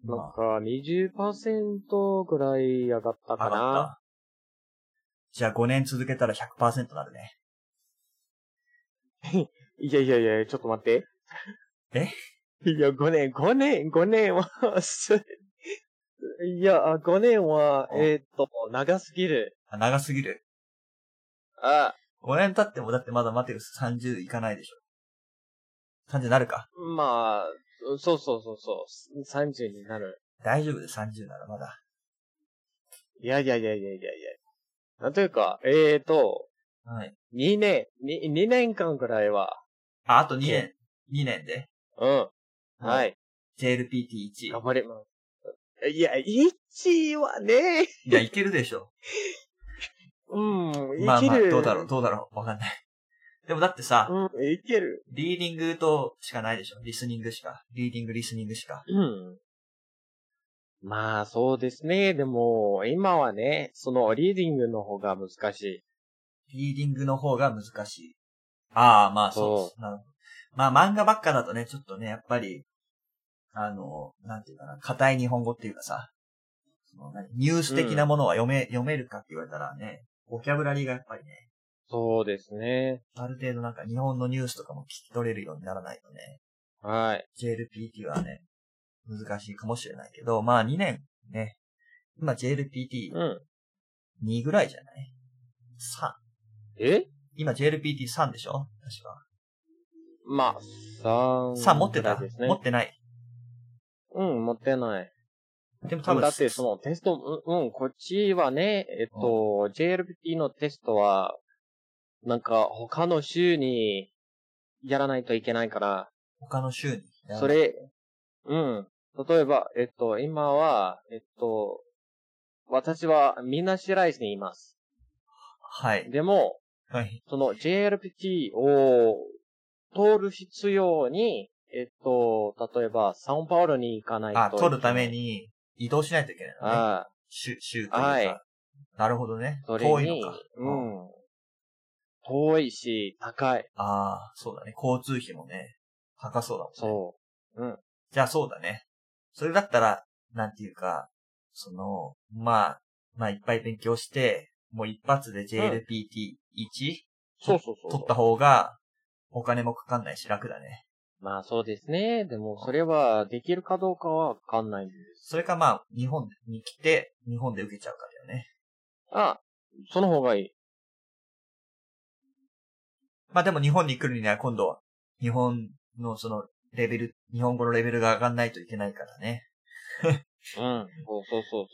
[SPEAKER 2] なん
[SPEAKER 1] まあ、
[SPEAKER 2] か20%ぐらい上がったか
[SPEAKER 1] 上がっ
[SPEAKER 2] な。
[SPEAKER 1] た。じゃあ5年続けたら100%なるね。
[SPEAKER 2] いやいやいや、ちょっと待って。
[SPEAKER 1] え
[SPEAKER 2] いや、5年、5年、5年はす、いや、あ5年は、
[SPEAKER 1] うん
[SPEAKER 2] えーっと、長すぎる。
[SPEAKER 1] あ長すぎる。
[SPEAKER 2] あ、
[SPEAKER 1] 5年経ってもだってまだマテウス30いかないでしょ。30なるか。
[SPEAKER 2] まあ、そうそうそうそう、30になる。
[SPEAKER 1] 大丈夫で30ならまだ。
[SPEAKER 2] いやいやいやいやいやいや。なんというか、えーっと、
[SPEAKER 1] はい。
[SPEAKER 2] 2年、に2年間ぐらいは、
[SPEAKER 1] あ、あと2年。2年で。
[SPEAKER 2] うん。はい。
[SPEAKER 1] JLPT1
[SPEAKER 2] 頑。張ります。いや、1はね、
[SPEAKER 1] いや、いけるでしょ。
[SPEAKER 2] うん、
[SPEAKER 1] ま
[SPEAKER 2] い
[SPEAKER 1] あ
[SPEAKER 2] け
[SPEAKER 1] まあ、
[SPEAKER 2] る。
[SPEAKER 1] どうだろう、どうだろう。わかんない。 でもだってさ、
[SPEAKER 2] うん、いける。
[SPEAKER 1] リーディングとしかないでしょ。リスニングしか。リーディング、リスニングしか。
[SPEAKER 2] うん。まあ、そうですね。でも、今はね、そのリーディングの方が難しい。
[SPEAKER 1] リーディングの方が難しい。ああ、まあそうです。なるほど。まあ漫画ばっかだとね、ちょっとね、やっぱり、あの、なんていうかな、硬い日本語っていうかさ、その何ニュース的なものは読め、読めるかって言われたらね、ボキャブラリーがやっぱりね、
[SPEAKER 2] そうですね。
[SPEAKER 1] ある程度なんか日本のニュースとかも聞き取れるようにならないとね、
[SPEAKER 2] はい。
[SPEAKER 1] JLPT はね、難しいかもしれないけど、まあ2年ね、今 JLPT2
[SPEAKER 2] うん。
[SPEAKER 1] ぐらいじゃない ?3。
[SPEAKER 2] え
[SPEAKER 1] 今 JLPT3 でしょ確か。
[SPEAKER 2] まあ、3。
[SPEAKER 1] さあ、持ってた、
[SPEAKER 2] ですね
[SPEAKER 1] 持っ。てない。
[SPEAKER 2] うん、持ってない。
[SPEAKER 1] でも多分、
[SPEAKER 2] だって、そのテスト、うん、うんこっちはね、えっと、JLPT のテストは、なんか、他の週に、やらないといけないから、
[SPEAKER 1] 他の州に。
[SPEAKER 2] それ、うん、例えば、えっと、今は、えっと、私は、みなしライスにいます。
[SPEAKER 1] はい。
[SPEAKER 2] でも、
[SPEAKER 1] はい。
[SPEAKER 2] その JLPT を通る必要に、えっと、例えば、サンパウロに行かないとい
[SPEAKER 1] あ、取るため
[SPEAKER 2] に。
[SPEAKER 1] に移動しないといけないのね。
[SPEAKER 2] ああ、
[SPEAKER 1] 州、州というか。
[SPEAKER 2] はい
[SPEAKER 1] なるほどね。
[SPEAKER 2] それ
[SPEAKER 1] 遠
[SPEAKER 2] に、
[SPEAKER 1] いのか。あ
[SPEAKER 2] うん。遠いし、高い。
[SPEAKER 1] あ、そうだね。交通費もね、高そうだもんね。
[SPEAKER 2] そ
[SPEAKER 1] じゃあそうだね。それだったら、なんていうか、その、まあ、まあいっぱい勉強して、もう一発で JLPT1、
[SPEAKER 2] う。そうそうそう。
[SPEAKER 1] 取った方が、お金もかかんないし楽だね。
[SPEAKER 2] まあそうですね。でも、それはできるかどうかはわかんないんです。
[SPEAKER 1] それかまあ、日本に来て、日本で受けちゃうからだよね。
[SPEAKER 2] あ、その方がいい。
[SPEAKER 1] まあでも日本に来るには今度は、日本のそのレベル、日本語のレベルが上がんないといけないからね。
[SPEAKER 2] うん。そうそうそう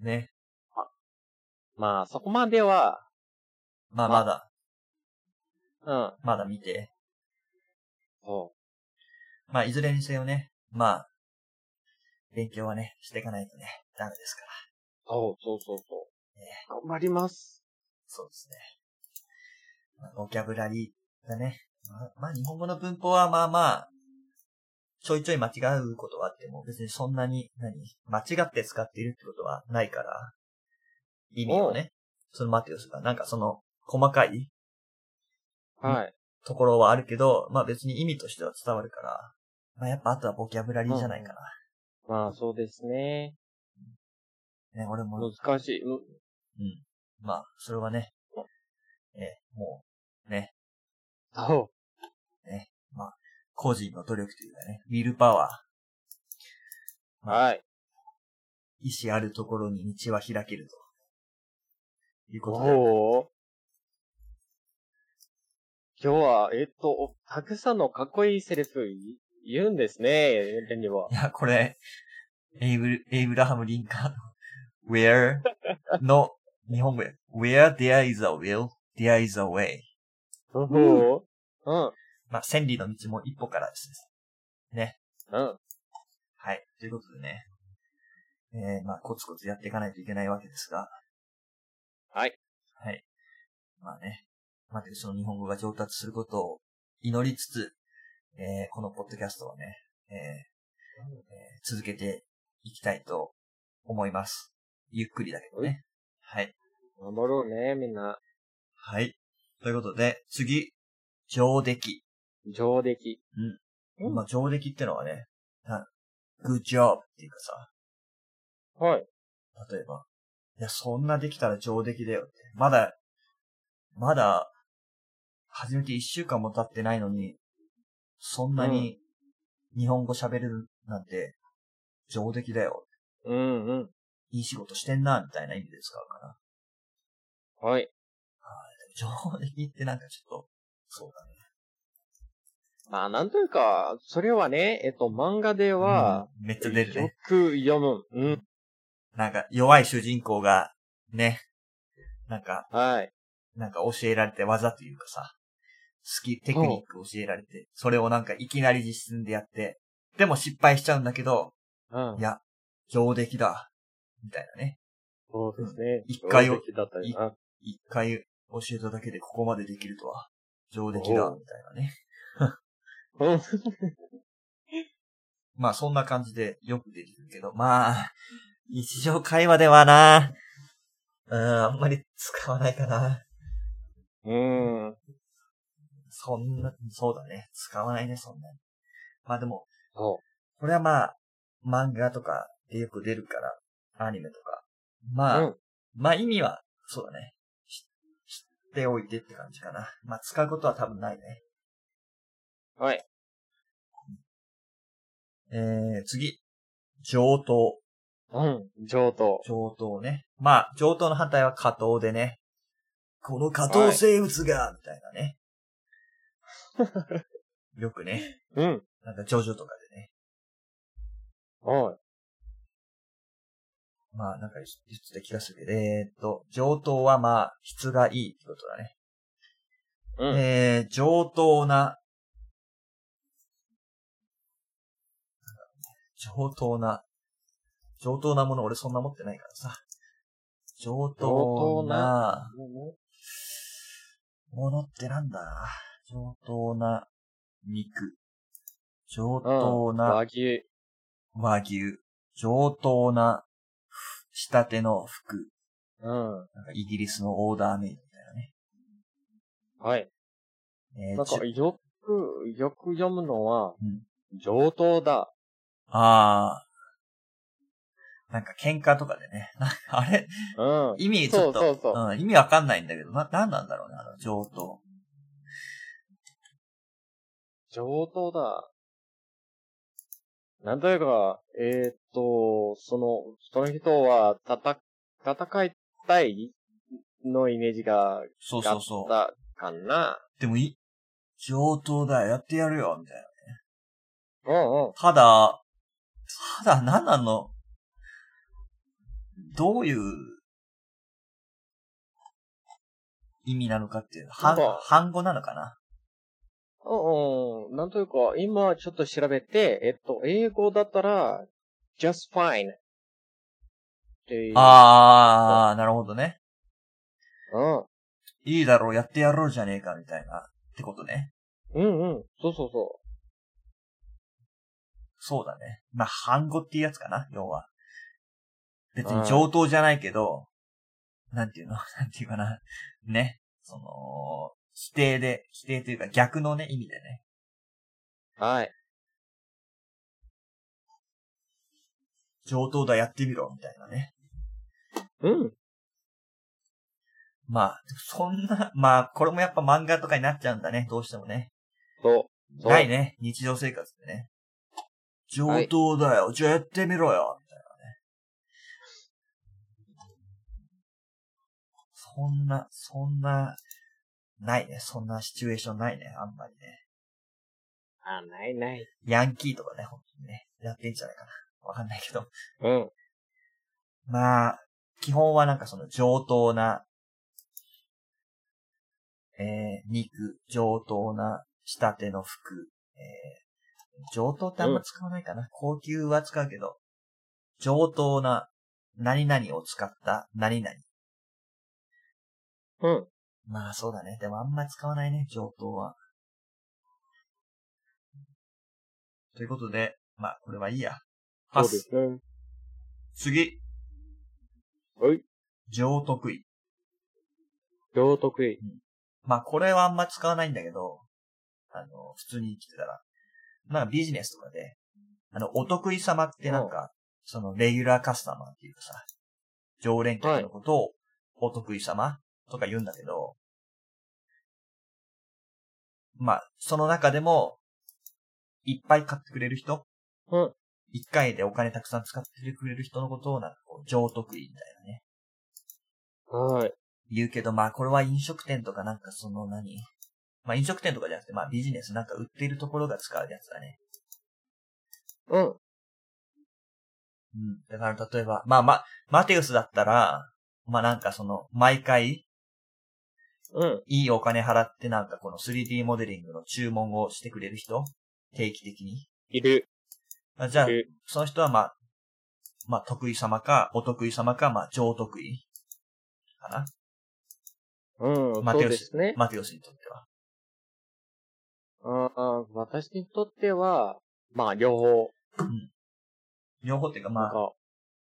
[SPEAKER 2] そ
[SPEAKER 1] ね。
[SPEAKER 2] う。まあ、そこまでは、
[SPEAKER 1] まあ
[SPEAKER 2] ま
[SPEAKER 1] ま
[SPEAKER 2] あ
[SPEAKER 1] だ、
[SPEAKER 2] うん。
[SPEAKER 1] まだ見て。
[SPEAKER 2] そ
[SPEAKER 1] まあいずれにせよね、まあ、勉強はね、していかないとね、ダメですから。
[SPEAKER 2] う。そうそうそうそう。頑張ります。
[SPEAKER 1] そうですね。まあ、ボキャブラリーだね。まあ、まあ、日本語の文法はまあまあ、ちょいちょい間違うことはあっても、別にそんなに、何間違って使っているってことはないから、意味をね、そのマテウスが、なんかその、細かい
[SPEAKER 2] はい。
[SPEAKER 1] ところはあるけど、まあ別に意味としては伝わるから、まあやっぱあとはボキャブラリーじゃないか
[SPEAKER 2] まあ、そうですね。
[SPEAKER 1] な。ね、俺も
[SPEAKER 2] 難しい。う
[SPEAKER 1] うん。まあ、それはね、えーもう、ね、
[SPEAKER 2] そ
[SPEAKER 1] 個人の努力というかね、ウィルパワ
[SPEAKER 2] う。はい。
[SPEAKER 1] ー、意志あるところに道は開けると。いうことで。
[SPEAKER 2] おお。今日は、えっと、おたくさんのかっこいいセリフい言うんですね、レニーは。
[SPEAKER 1] いや、これ、エイブル、エイブラハム・リンカーンの where の日本語や。where there is a will, there is a way.
[SPEAKER 2] おお。うん。
[SPEAKER 1] まあ、千里の道も一歩からです。
[SPEAKER 2] うん。
[SPEAKER 1] はい。ということでね。えー、まあ、コツコツやっていかないといけないわけですが。
[SPEAKER 2] はい。
[SPEAKER 1] はい。まあね。まあ、その日本語が上達することを祈りつつ、えー、このポッドキャストをね、えーえー続けていきたいと思います。ゆっくりだけどね。はい。
[SPEAKER 2] 頑張ろうね、みんな。
[SPEAKER 1] はい。ということで、次、上出来。
[SPEAKER 2] 上出来。うん
[SPEAKER 1] まあ、上出来ってのはね、な good job っていうかさ、
[SPEAKER 2] はい。
[SPEAKER 1] 例えば、いや、そんなできたら上出来だよって。まだ、まだ、始めて一週間も経ってないのに、そんなに日本語喋れるなんて、上出来だよ。
[SPEAKER 2] うんうん。
[SPEAKER 1] いい仕事してんな、みたいな意味で使うかな。
[SPEAKER 2] はい。
[SPEAKER 1] 上出来ってなんかちょっと、そうだね。
[SPEAKER 2] まあ、なんというか、それはね、えっと、漫画では、
[SPEAKER 1] うんめっちゃ出る
[SPEAKER 2] よ
[SPEAKER 1] ね。
[SPEAKER 2] く読む。うん。
[SPEAKER 1] なんか、弱い主人公が、ね、なんか、
[SPEAKER 2] はい。
[SPEAKER 1] なんか教えられて技というかさ、スキ、テクニック教えられて、それをなんかいきなり実践でやって、でも失敗しちゃうんだけど、
[SPEAKER 2] うん
[SPEAKER 1] い。や、上出来だ。みたいなね。
[SPEAKER 2] そうですね。
[SPEAKER 1] 一回を
[SPEAKER 2] 上出来だったりな。
[SPEAKER 1] 一回教えただけでここまでできるとは、上出来だ。
[SPEAKER 2] おう
[SPEAKER 1] みたいなね。
[SPEAKER 2] うん。
[SPEAKER 1] まあそんな感じでよくできるけど、まあ、日常会話ではな、うん、あんまり使わないかな。
[SPEAKER 2] うん。
[SPEAKER 1] そんな、そうだね。使わないね、そんなに。まあでも、
[SPEAKER 2] そ
[SPEAKER 1] これはまあ、漫画とかでよく出るから、アニメとか。
[SPEAKER 2] う。
[SPEAKER 1] まあ、
[SPEAKER 2] うん。
[SPEAKER 1] まあ意味は、そうだね。し知っておいてって感じかな。まあ使うことは多分ないね。
[SPEAKER 2] はい。
[SPEAKER 1] えー、次。上等。
[SPEAKER 2] うん。上等。
[SPEAKER 1] 上等ね。まあ、上等の反対は下等でね。この下等生物が、みたいなね。 よくね、
[SPEAKER 2] うん。
[SPEAKER 1] なんかジョジョとかでね。
[SPEAKER 2] はい。
[SPEAKER 1] まあ、なんか言ってた気がするけど、えー、っと、上等はまあ、質がいいってことだね。
[SPEAKER 2] うん。
[SPEAKER 1] えー、上等な、上等な、上等なもの俺そんな持ってないからさ。上等なものってなんだ上等な肉。上等
[SPEAKER 2] うん
[SPEAKER 1] な
[SPEAKER 2] 和牛。
[SPEAKER 1] 和牛。上等な仕立ての服。
[SPEAKER 2] うん。
[SPEAKER 1] なんかイギリスのオーダーメイドみたいなね。
[SPEAKER 2] はい。
[SPEAKER 1] えー
[SPEAKER 2] なん
[SPEAKER 1] じ
[SPEAKER 2] か、
[SPEAKER 1] ゅ
[SPEAKER 2] よく、よく読むのは
[SPEAKER 1] うん、
[SPEAKER 2] 上等だ。
[SPEAKER 1] ああ。なんか喧嘩とかでね。 なんかあれ、
[SPEAKER 2] うん。
[SPEAKER 1] 意味ちょっと、
[SPEAKER 2] そうそうそ
[SPEAKER 1] ん、意味わかんないんだけど、な、なんなんだろうね、あの上等。
[SPEAKER 2] 上等だ。なんというか、えーっと、その、その人は、たた、戦いたいのイメージが、
[SPEAKER 1] そうそ
[SPEAKER 2] があっ
[SPEAKER 1] うそう。
[SPEAKER 2] たかな。
[SPEAKER 1] でもい、上等だよ、やってやるよ、みたいなね。
[SPEAKER 2] うんうん。
[SPEAKER 1] ただ、ただ何なのどういう意味なのかっていう、
[SPEAKER 2] なん
[SPEAKER 1] 半
[SPEAKER 2] か、
[SPEAKER 1] 半語なのかな
[SPEAKER 2] うんうん。なんというか、今ちょっと調べて、えっと、英語だったら、just fine. っていう。
[SPEAKER 1] あー、なるほどね。
[SPEAKER 2] うん。
[SPEAKER 1] いいだろう、やってやろうじゃねえか、みたいな。ってことね。
[SPEAKER 2] うんうん。そうそうそ
[SPEAKER 1] そうだね。まあ、半語っていうやつかな、要は。別に上等じゃないけど、なんていうの なんていうかな。ね。その、否定で、否定というか逆のね、意味でね。
[SPEAKER 2] う。はい。
[SPEAKER 1] 上等だ、やってみろ、みたいなね。
[SPEAKER 2] うん。
[SPEAKER 1] まあ、そんな、まあ、これもやっぱ漫画とかになっちゃうんだね、どうしてもね。
[SPEAKER 2] そう。そう
[SPEAKER 1] ないね、日常生活でね。上等だよ、じゃあやってみろよ、みたいなね。そんな、そんな、ないね、そんなシチュエーションないね、あんまりね。
[SPEAKER 2] あ、ないない。
[SPEAKER 1] ヤンキーとかね、本当にね、やってんじゃないかな。わかんないけど。
[SPEAKER 2] うん。
[SPEAKER 1] まあ、基本はなんかその上等な、えー、肉、上等な仕立ての服、えー、上等ってあんま使わないかな。高級は使うけど、上等な何々を使った何々。
[SPEAKER 2] うん。
[SPEAKER 1] まあそうだね。でもあんま使わないね、上等は。ということで、まあこれはいいや。パ
[SPEAKER 2] そうです
[SPEAKER 1] ス。
[SPEAKER 2] ね。
[SPEAKER 1] 次、
[SPEAKER 2] はい。
[SPEAKER 1] 上得意。
[SPEAKER 2] 両得意。
[SPEAKER 1] まあ、これはあんま使わないんだけど、あの、普通に生きてたら。なんかビジネスとかで、あの、お得意様ってなんか、その、レギュラーカスタマーっていうかさ、常連客のことを、お得意様とか言うんだけど、まあ、その中でも、いっぱい買ってくれる人
[SPEAKER 2] うん。
[SPEAKER 1] 一回でお金たくさん使ってくれる人のことをなんかこう、上得意みたいなね。
[SPEAKER 2] はい。
[SPEAKER 1] 言うけど、まあこれは飲食店とかなんかその何まあ飲食店とかじゃなくて、まあビジネスなんか売っているところが使うやつだね。
[SPEAKER 2] う
[SPEAKER 1] う
[SPEAKER 2] ん。
[SPEAKER 1] ん。だから例えば、まあま、マテウスだったら、まあなんかその、毎回、
[SPEAKER 2] うん。
[SPEAKER 1] いいお金払ってなんかこの 3D モデリングの注文をしてくれる人定期的に。
[SPEAKER 2] いる。
[SPEAKER 1] あじゃあ
[SPEAKER 2] い、る。
[SPEAKER 1] その人はまあ、まあ得意様か、お得意様か、まあ上得意かな。
[SPEAKER 2] うん。
[SPEAKER 1] マ
[SPEAKER 2] そ
[SPEAKER 1] テ
[SPEAKER 2] う
[SPEAKER 1] ウ
[SPEAKER 2] で
[SPEAKER 1] ス
[SPEAKER 2] すね、。
[SPEAKER 1] マテウスにとっては。
[SPEAKER 2] ああ私にとっては、まあ、両方。
[SPEAKER 1] 両方っていうか
[SPEAKER 2] なん
[SPEAKER 1] まあ、
[SPEAKER 2] か、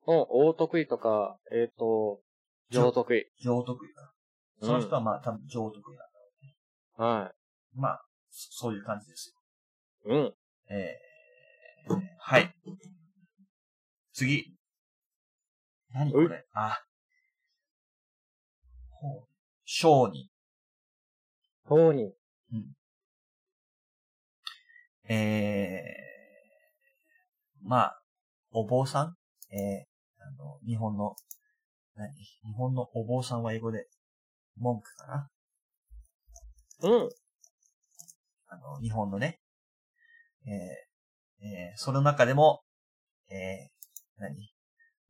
[SPEAKER 2] うん、大得意とか、えっ、と、上得意。
[SPEAKER 1] 上得意か。その人はまあ多分上得意な
[SPEAKER 2] は
[SPEAKER 1] まあ、そそういう感じです
[SPEAKER 2] い。うん。
[SPEAKER 1] よ。えー、はい。次。何こ
[SPEAKER 2] うい
[SPEAKER 1] れあ。ほう。商人。
[SPEAKER 2] 方に。
[SPEAKER 1] えー、まあ、お坊さんえー、あの、日本の、何日本のお坊さんは英語で、文句かな
[SPEAKER 2] うん。
[SPEAKER 1] あの、日本のね。えー、えー、その中でも、えー、何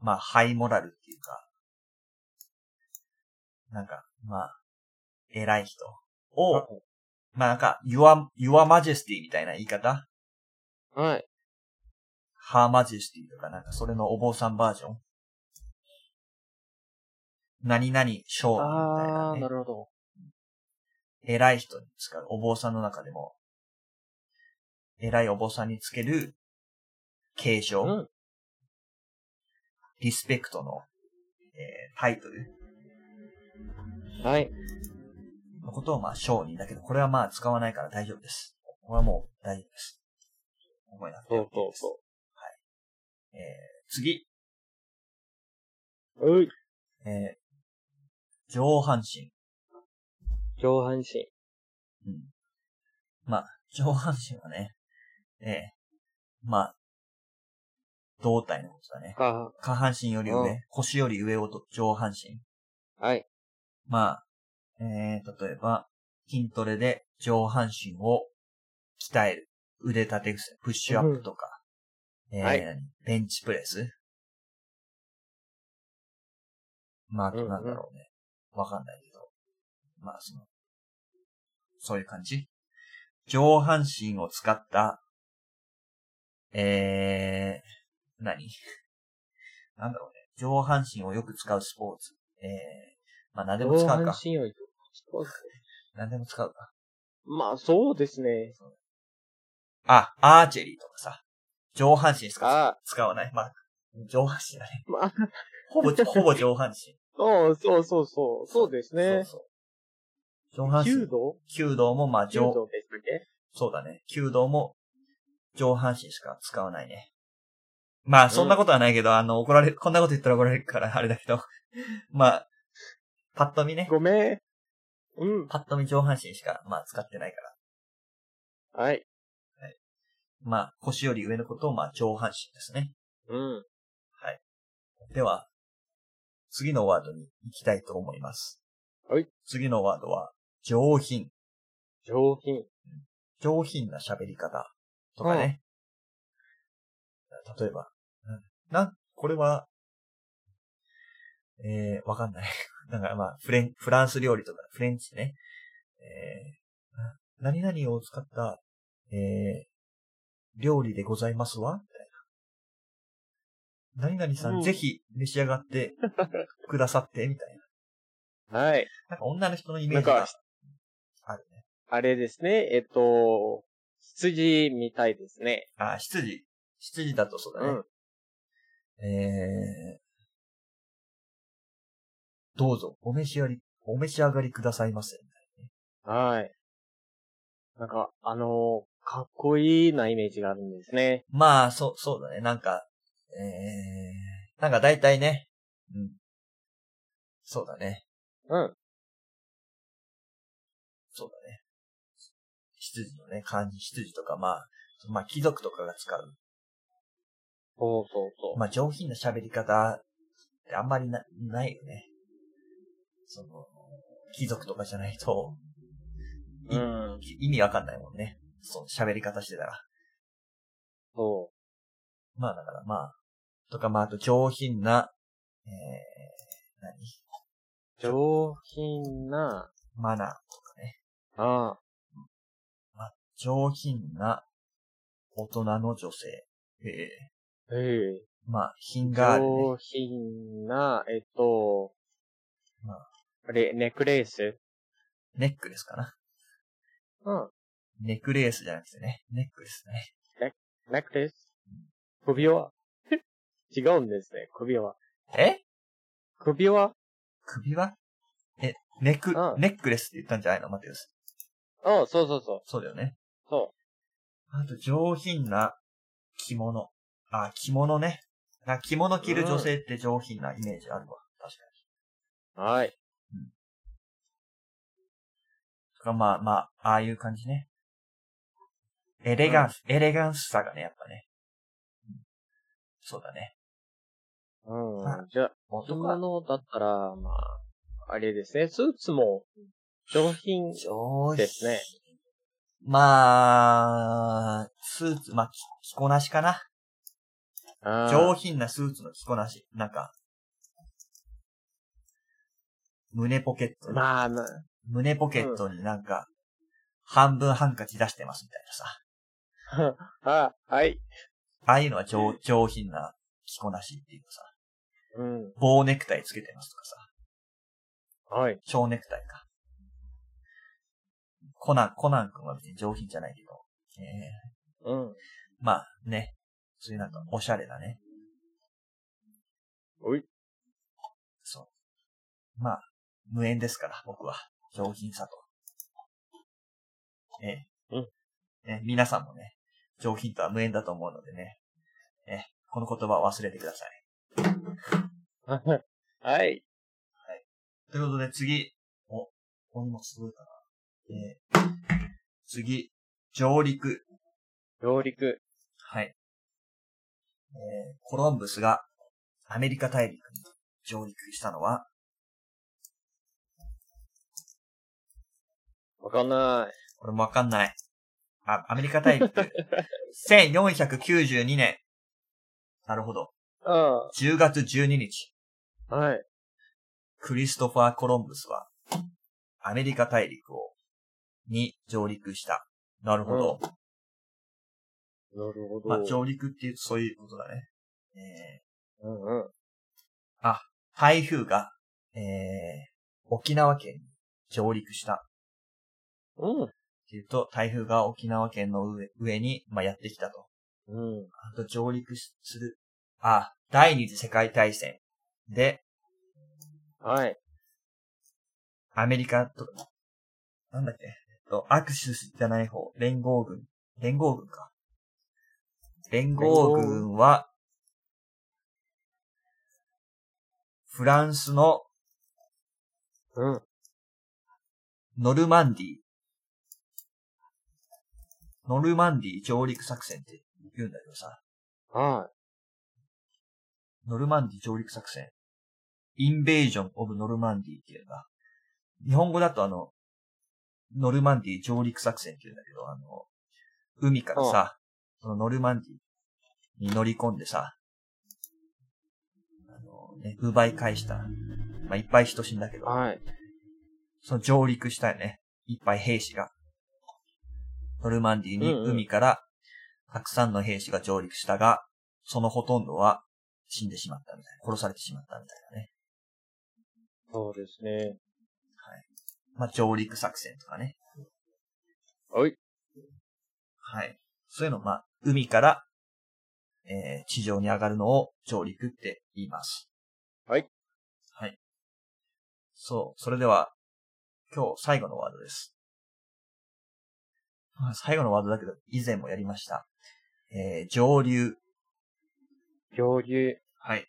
[SPEAKER 1] まあ、ハイモラルっていうか、なんか、まあ、偉い人を、まあなんか、your, your majesty みたいな言い方
[SPEAKER 2] はい。
[SPEAKER 1] ?her majesty とかなんか、それのお坊さんバージョン何々、賞みたい
[SPEAKER 2] あ
[SPEAKER 1] な、
[SPEAKER 2] あ、
[SPEAKER 1] ね
[SPEAKER 2] なるほど。
[SPEAKER 1] 偉い人に使う、お坊さんの中でも、偉いお坊さんにつける、継承、
[SPEAKER 2] うん。
[SPEAKER 1] リスペクトの、えータイトル
[SPEAKER 2] はい。
[SPEAKER 1] のことを、まあ、商人だけど、これはまあ、使わないから大丈夫です。これはもう、大丈夫です。思いなくて
[SPEAKER 2] そ
[SPEAKER 1] OK
[SPEAKER 2] うそう
[SPEAKER 1] です。
[SPEAKER 2] そ
[SPEAKER 1] えー次、
[SPEAKER 2] う。うい。
[SPEAKER 1] えー上半身。
[SPEAKER 2] 上半身。
[SPEAKER 1] うん。まあ、上半身はね、ええまあ、胴体のことだね。
[SPEAKER 2] か。
[SPEAKER 1] 下半身より上、
[SPEAKER 2] うん
[SPEAKER 1] 腰より上をと上半身。
[SPEAKER 2] はい。
[SPEAKER 1] まあ、えー、例えば、筋トレで上半身を鍛える。腕立て伏せ、プッシュアップとか、えー
[SPEAKER 2] はい
[SPEAKER 1] ベンチプレス。まあ、あ
[SPEAKER 2] うん
[SPEAKER 1] と
[SPEAKER 2] うん
[SPEAKER 1] なんだろうね。わ、かんないけど。まあ、その、そういう感じ上半身を使った、えー、何なんだろうね。上半身をよく使うスポーツ。えー、まあ、何でも使う
[SPEAKER 2] 上
[SPEAKER 1] か
[SPEAKER 2] 半。身をそうですね
[SPEAKER 1] 何でも使うか。
[SPEAKER 2] まあ、そうですね。
[SPEAKER 1] あ、アーチェリーとかさ。上半身しか
[SPEAKER 2] あ
[SPEAKER 1] 使わない。まあ、上半身だね。
[SPEAKER 2] あ、まあ、
[SPEAKER 1] ほぼ、ほぼ上半身。
[SPEAKER 2] そうそうそうそう、 そうですね。
[SPEAKER 1] そうそう。上半
[SPEAKER 2] 弓
[SPEAKER 1] 身。
[SPEAKER 2] 道
[SPEAKER 1] 弓道も、まあ、
[SPEAKER 2] 弓
[SPEAKER 1] 上、
[SPEAKER 2] 道でしたっけ
[SPEAKER 1] そうだね。弓道も、上半身しか使わないね。まあ、そんなことはないけど、あの、怒られる、こんなこと言ったら怒られるから、あれだけど。 まあ、パッと見ね。
[SPEAKER 2] ごめん。うん。
[SPEAKER 1] パッと見上半身しか、まあ、使ってないから。
[SPEAKER 2] はい。
[SPEAKER 1] まあ、腰より上のことを、まあ、上半身ですね。
[SPEAKER 2] うん。
[SPEAKER 1] では、次のワードに行きたいと思います。
[SPEAKER 2] はい。
[SPEAKER 1] 次のワードは、上品。
[SPEAKER 2] 上品。
[SPEAKER 1] 上品な喋り方とかね。例えば、うんなん、これは、えー、わかんない。 なんかまあ、フレン、フランス料理とか、フレンチね。えー、な何々を使った、えー、料理でございますわみたいな。何々さん、
[SPEAKER 2] うん
[SPEAKER 1] ぜひ召し上が ってくださって、みたいな。
[SPEAKER 2] はい。
[SPEAKER 1] なんか女の人のイメ
[SPEAKER 2] な
[SPEAKER 1] ー
[SPEAKER 2] ん
[SPEAKER 1] ジが
[SPEAKER 2] か、
[SPEAKER 1] あるね。
[SPEAKER 2] あれですね。えっと、羊みたいですね。
[SPEAKER 1] あ、羊。羊だとそうだ
[SPEAKER 2] う
[SPEAKER 1] ね。え
[SPEAKER 2] ん。
[SPEAKER 1] ー、どうぞ、お召し上がり、お召し上がりくださいませ。
[SPEAKER 2] はい。なんか、あの、かっこいいなイメージがあるんですね。
[SPEAKER 1] まあ、そう、そうだね。なんか、えー、なんか大体ね、うん。そうだね。
[SPEAKER 2] うん。
[SPEAKER 1] そうだね。羊のね、漢字、羊とか、まあ、まあ、貴族とかが使う。
[SPEAKER 2] そうそうそう。
[SPEAKER 1] まあ、上品な喋り方ってあんまりな、ないよね。その、貴族とかじゃないと、い
[SPEAKER 2] うん。
[SPEAKER 1] 意味わかんないもんね。そう、喋り方してたら。
[SPEAKER 2] そ
[SPEAKER 1] まあだからまあ、とかまああと上品な、えー、何
[SPEAKER 2] う。上品な、
[SPEAKER 1] マナー。
[SPEAKER 2] ああ、
[SPEAKER 1] 上品な大人の女性。ええ
[SPEAKER 2] ええ。
[SPEAKER 1] まあ、品がある、ね。
[SPEAKER 2] 上品な、えっと
[SPEAKER 1] まあ、
[SPEAKER 2] あれ、ネックレース
[SPEAKER 1] ネックレスかな。
[SPEAKER 2] うん。
[SPEAKER 1] ネックレースじゃなくてね。ネックレスね。
[SPEAKER 2] ネックレス首輪 違うんですね、首輪。
[SPEAKER 1] え
[SPEAKER 2] 首輪
[SPEAKER 1] 首はえ、ネック
[SPEAKER 2] あ、あ
[SPEAKER 1] ネックレスって言ったんじゃないのマテウス。
[SPEAKER 2] ああ、そうそうそう。
[SPEAKER 1] そうだよね。
[SPEAKER 2] そ
[SPEAKER 1] あと、上品な着物。あ、着物ね。な着物着る女性って上品なイメージあるわ。確かに。
[SPEAKER 2] う。はい。
[SPEAKER 1] とかまあまあ、ああいう感じね。エレガンス、エレガンスさがね、やっぱね。うんそうだね。
[SPEAKER 2] うん
[SPEAKER 1] まあ。
[SPEAKER 2] じゃあ、そ
[SPEAKER 1] 男
[SPEAKER 2] んな
[SPEAKER 1] は
[SPEAKER 2] のだったら、まあ、あれですね、スーツも上品。
[SPEAKER 1] 上品。
[SPEAKER 2] ですね。
[SPEAKER 1] まあ、スーツ、まあ、着着こなしかな。
[SPEAKER 2] ああ
[SPEAKER 1] 上品なスーツの着こなし。なんか、胸ポケットに、
[SPEAKER 2] まあ、な
[SPEAKER 1] 胸ポケットになんか、半分ハンカチ出してますみたいなさ。
[SPEAKER 2] あ、はい。
[SPEAKER 1] ああいうのは上上品な着こなしっていうかさ。
[SPEAKER 2] うん。
[SPEAKER 1] 棒ネクタイつけてますとかさ。
[SPEAKER 2] はい。
[SPEAKER 1] 小ネクタイか。コナン、コナン君は別に上品じゃないけど。ええ
[SPEAKER 2] うん。
[SPEAKER 1] まあね。そういうなんか、おしゃれだね。
[SPEAKER 2] おい。
[SPEAKER 1] そう。まあ、無縁ですから、僕は。上品さと。ええ
[SPEAKER 2] うん
[SPEAKER 1] ね皆さんもね、上品とは無縁だと思うのでね。ええこの言葉を忘れてください。
[SPEAKER 2] はい。
[SPEAKER 1] ということで、次。お、お荷物届いたな。ええ次、上陸。
[SPEAKER 2] 上陸。
[SPEAKER 1] はい。えーコロンブスがアメリカ大陸に上陸したのは、
[SPEAKER 2] わかんない。
[SPEAKER 1] これもわかんない。あ、アメリカ大陸。1492年。なるほど。
[SPEAKER 2] うん。
[SPEAKER 1] 10月12日。
[SPEAKER 2] はい。
[SPEAKER 1] クリストファー・コロンブスは、アメリカ大陸を、に上陸した。なるほど。
[SPEAKER 2] なるほど。
[SPEAKER 1] まあ、上陸っていう、そういうことだね。え
[SPEAKER 2] うんうん。
[SPEAKER 1] ー、台風が、えー、沖縄県に上陸した。
[SPEAKER 2] う
[SPEAKER 1] っ
[SPEAKER 2] ん。
[SPEAKER 1] ていうと、台風が沖縄県の上上に、まあ、やってきたと。
[SPEAKER 2] うん。
[SPEAKER 1] あと上陸しする。あ、第二次世界大戦で、
[SPEAKER 2] はい。
[SPEAKER 1] アメリカと、なんだっけ、えっと、握手じゃない方、連合軍。連合軍か。連合軍は、フランスの
[SPEAKER 2] うん。
[SPEAKER 1] ノルマンディー。ノルマンディー上陸作戦って言うんだけどさ。
[SPEAKER 2] は
[SPEAKER 1] ノルマンディ上陸作戦。インベージョン・オブ・ノルマンディっていうのが、日本語だとあの、ノルマンディ上陸作戦っていうんだけど、あの、海からさ、そのノルマンディに乗り込んでさ、あのね、奪い返した。まあ、いっぱい人死んだけ
[SPEAKER 2] い。
[SPEAKER 1] ど、
[SPEAKER 2] はい。
[SPEAKER 1] その上陸したよね。いっぱい兵士が。ノルマンディに
[SPEAKER 2] うんうん
[SPEAKER 1] 海からたくさんの兵士が上陸したが、そのほとんどは死んでしまったみたいな。殺されてしまったみたいなね。
[SPEAKER 2] そうですね。
[SPEAKER 1] まあ、上陸作戦とかね。
[SPEAKER 2] はい。
[SPEAKER 1] はい。そういうの、まあ、海から、えー地上に上がるのを上陸って言います。
[SPEAKER 2] はい。
[SPEAKER 1] はい。そう。それでは、今日最後のワードです。まあ最後のワードだけど、以前もやりました。えー上流。
[SPEAKER 2] 上流。
[SPEAKER 1] はい。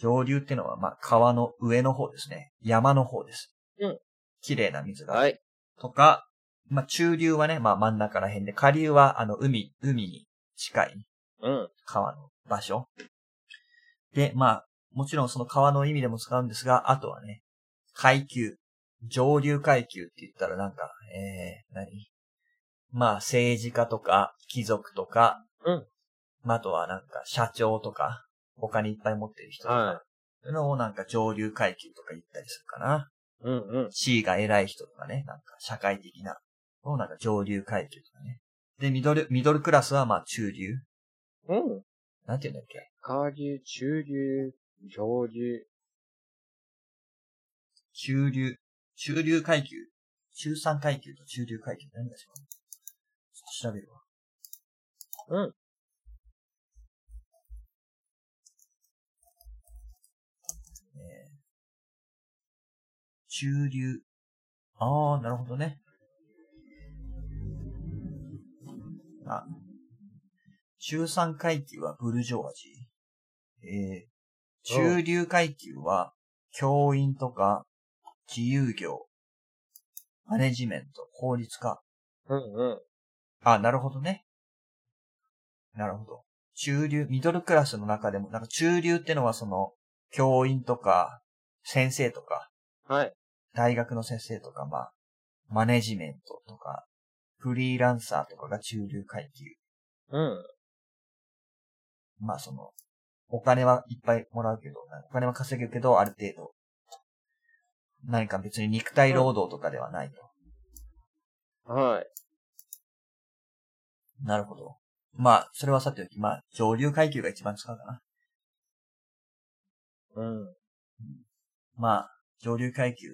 [SPEAKER 1] 上流ってのは、まあ、川の上の方ですね。山の方です。
[SPEAKER 2] うん。
[SPEAKER 1] 綺麗な水が
[SPEAKER 2] はい。
[SPEAKER 1] とか、まあ、中流はね、まあ、真ん中ら辺で、下流は、あの、海、海に近い
[SPEAKER 2] うん。
[SPEAKER 1] 川の場所。で、まあ、もちろんその川の意味でも使うんですが、あとはね、階級、上流階級って言ったらなんか、えー、何まあ、政治家とか、貴族とか、
[SPEAKER 2] うん。
[SPEAKER 1] まあ、あとはなんか、社長とか、お金いっぱい持ってる人とか、
[SPEAKER 2] は
[SPEAKER 1] そういうのをなんか上流階級とか言ったりするかな。
[SPEAKER 2] い。うんうん。
[SPEAKER 1] 地位が偉い人とかね、なんか社会的な、をなんか上流階級とかね。で、ミドル、ミドルクラスはまあ中流。
[SPEAKER 2] うん。
[SPEAKER 1] なんて言うんだっけ
[SPEAKER 2] 下流、中流、上流。
[SPEAKER 1] 中流、中流階級。中産階級と中流階級何が違うのちょっと調べるわ。
[SPEAKER 2] うん。
[SPEAKER 1] ねえ中流。ああ、なるほどね。あ、中産階級はブルジョワジー。えー、中流階級は教員とか自由業、マネジメント、法律家。
[SPEAKER 2] うんうん。
[SPEAKER 1] あ、なるほどね。なるほど。中流、ミドルクラスの中でも、なんか中流ってのはその、教員とか、先生とか、
[SPEAKER 2] はい。
[SPEAKER 1] 大学の先生とか、まあ、マネジメントとか、フリーランサーとかが中流階級。
[SPEAKER 2] うん。
[SPEAKER 1] まあその、お金はいっぱいもらうけど、お金は稼ぐけど、ある程度、何か別に肉体労働とかではないと。
[SPEAKER 2] はい。
[SPEAKER 1] なるほど。まあ、それはさておき、まあ、上流階級が一番使うかな。
[SPEAKER 2] うん。
[SPEAKER 1] まあ、上流階級、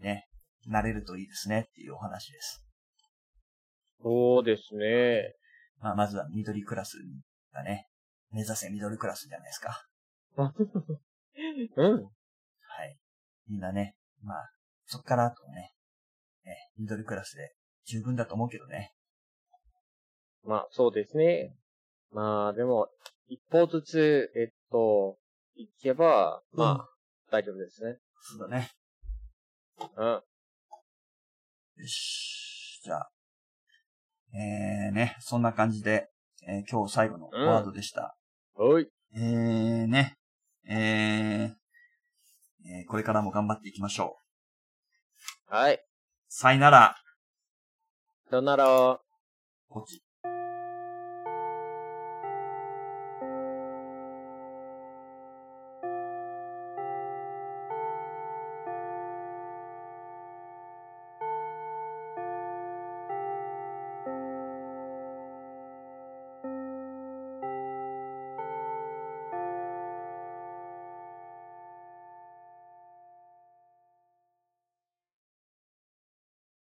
[SPEAKER 1] ね、慣れるといいですねっていうお話です。
[SPEAKER 2] そうですね。
[SPEAKER 1] まあ、まずはミドルクラスがね、目指せミドルクラスじゃないですか。
[SPEAKER 2] うん。
[SPEAKER 1] はい。みんなね、まあ、そっからあとね、ね、ミドルクラスで十分だと思うけどね。
[SPEAKER 2] まあ、そうですね。まあ、でも、一歩ずつ、えっと、行けば、
[SPEAKER 1] うん
[SPEAKER 2] まあ、大丈夫ですね。
[SPEAKER 1] そうだね。
[SPEAKER 2] うん。
[SPEAKER 1] よし。じゃあ。えーね、そんな感じで、えー今日最後の
[SPEAKER 2] うん
[SPEAKER 1] ワードでした。
[SPEAKER 2] はい。
[SPEAKER 1] えーね、えーえーこれからも頑張っていきましょう。
[SPEAKER 2] はい。
[SPEAKER 1] さいなら。
[SPEAKER 4] さよなら。
[SPEAKER 2] こっち。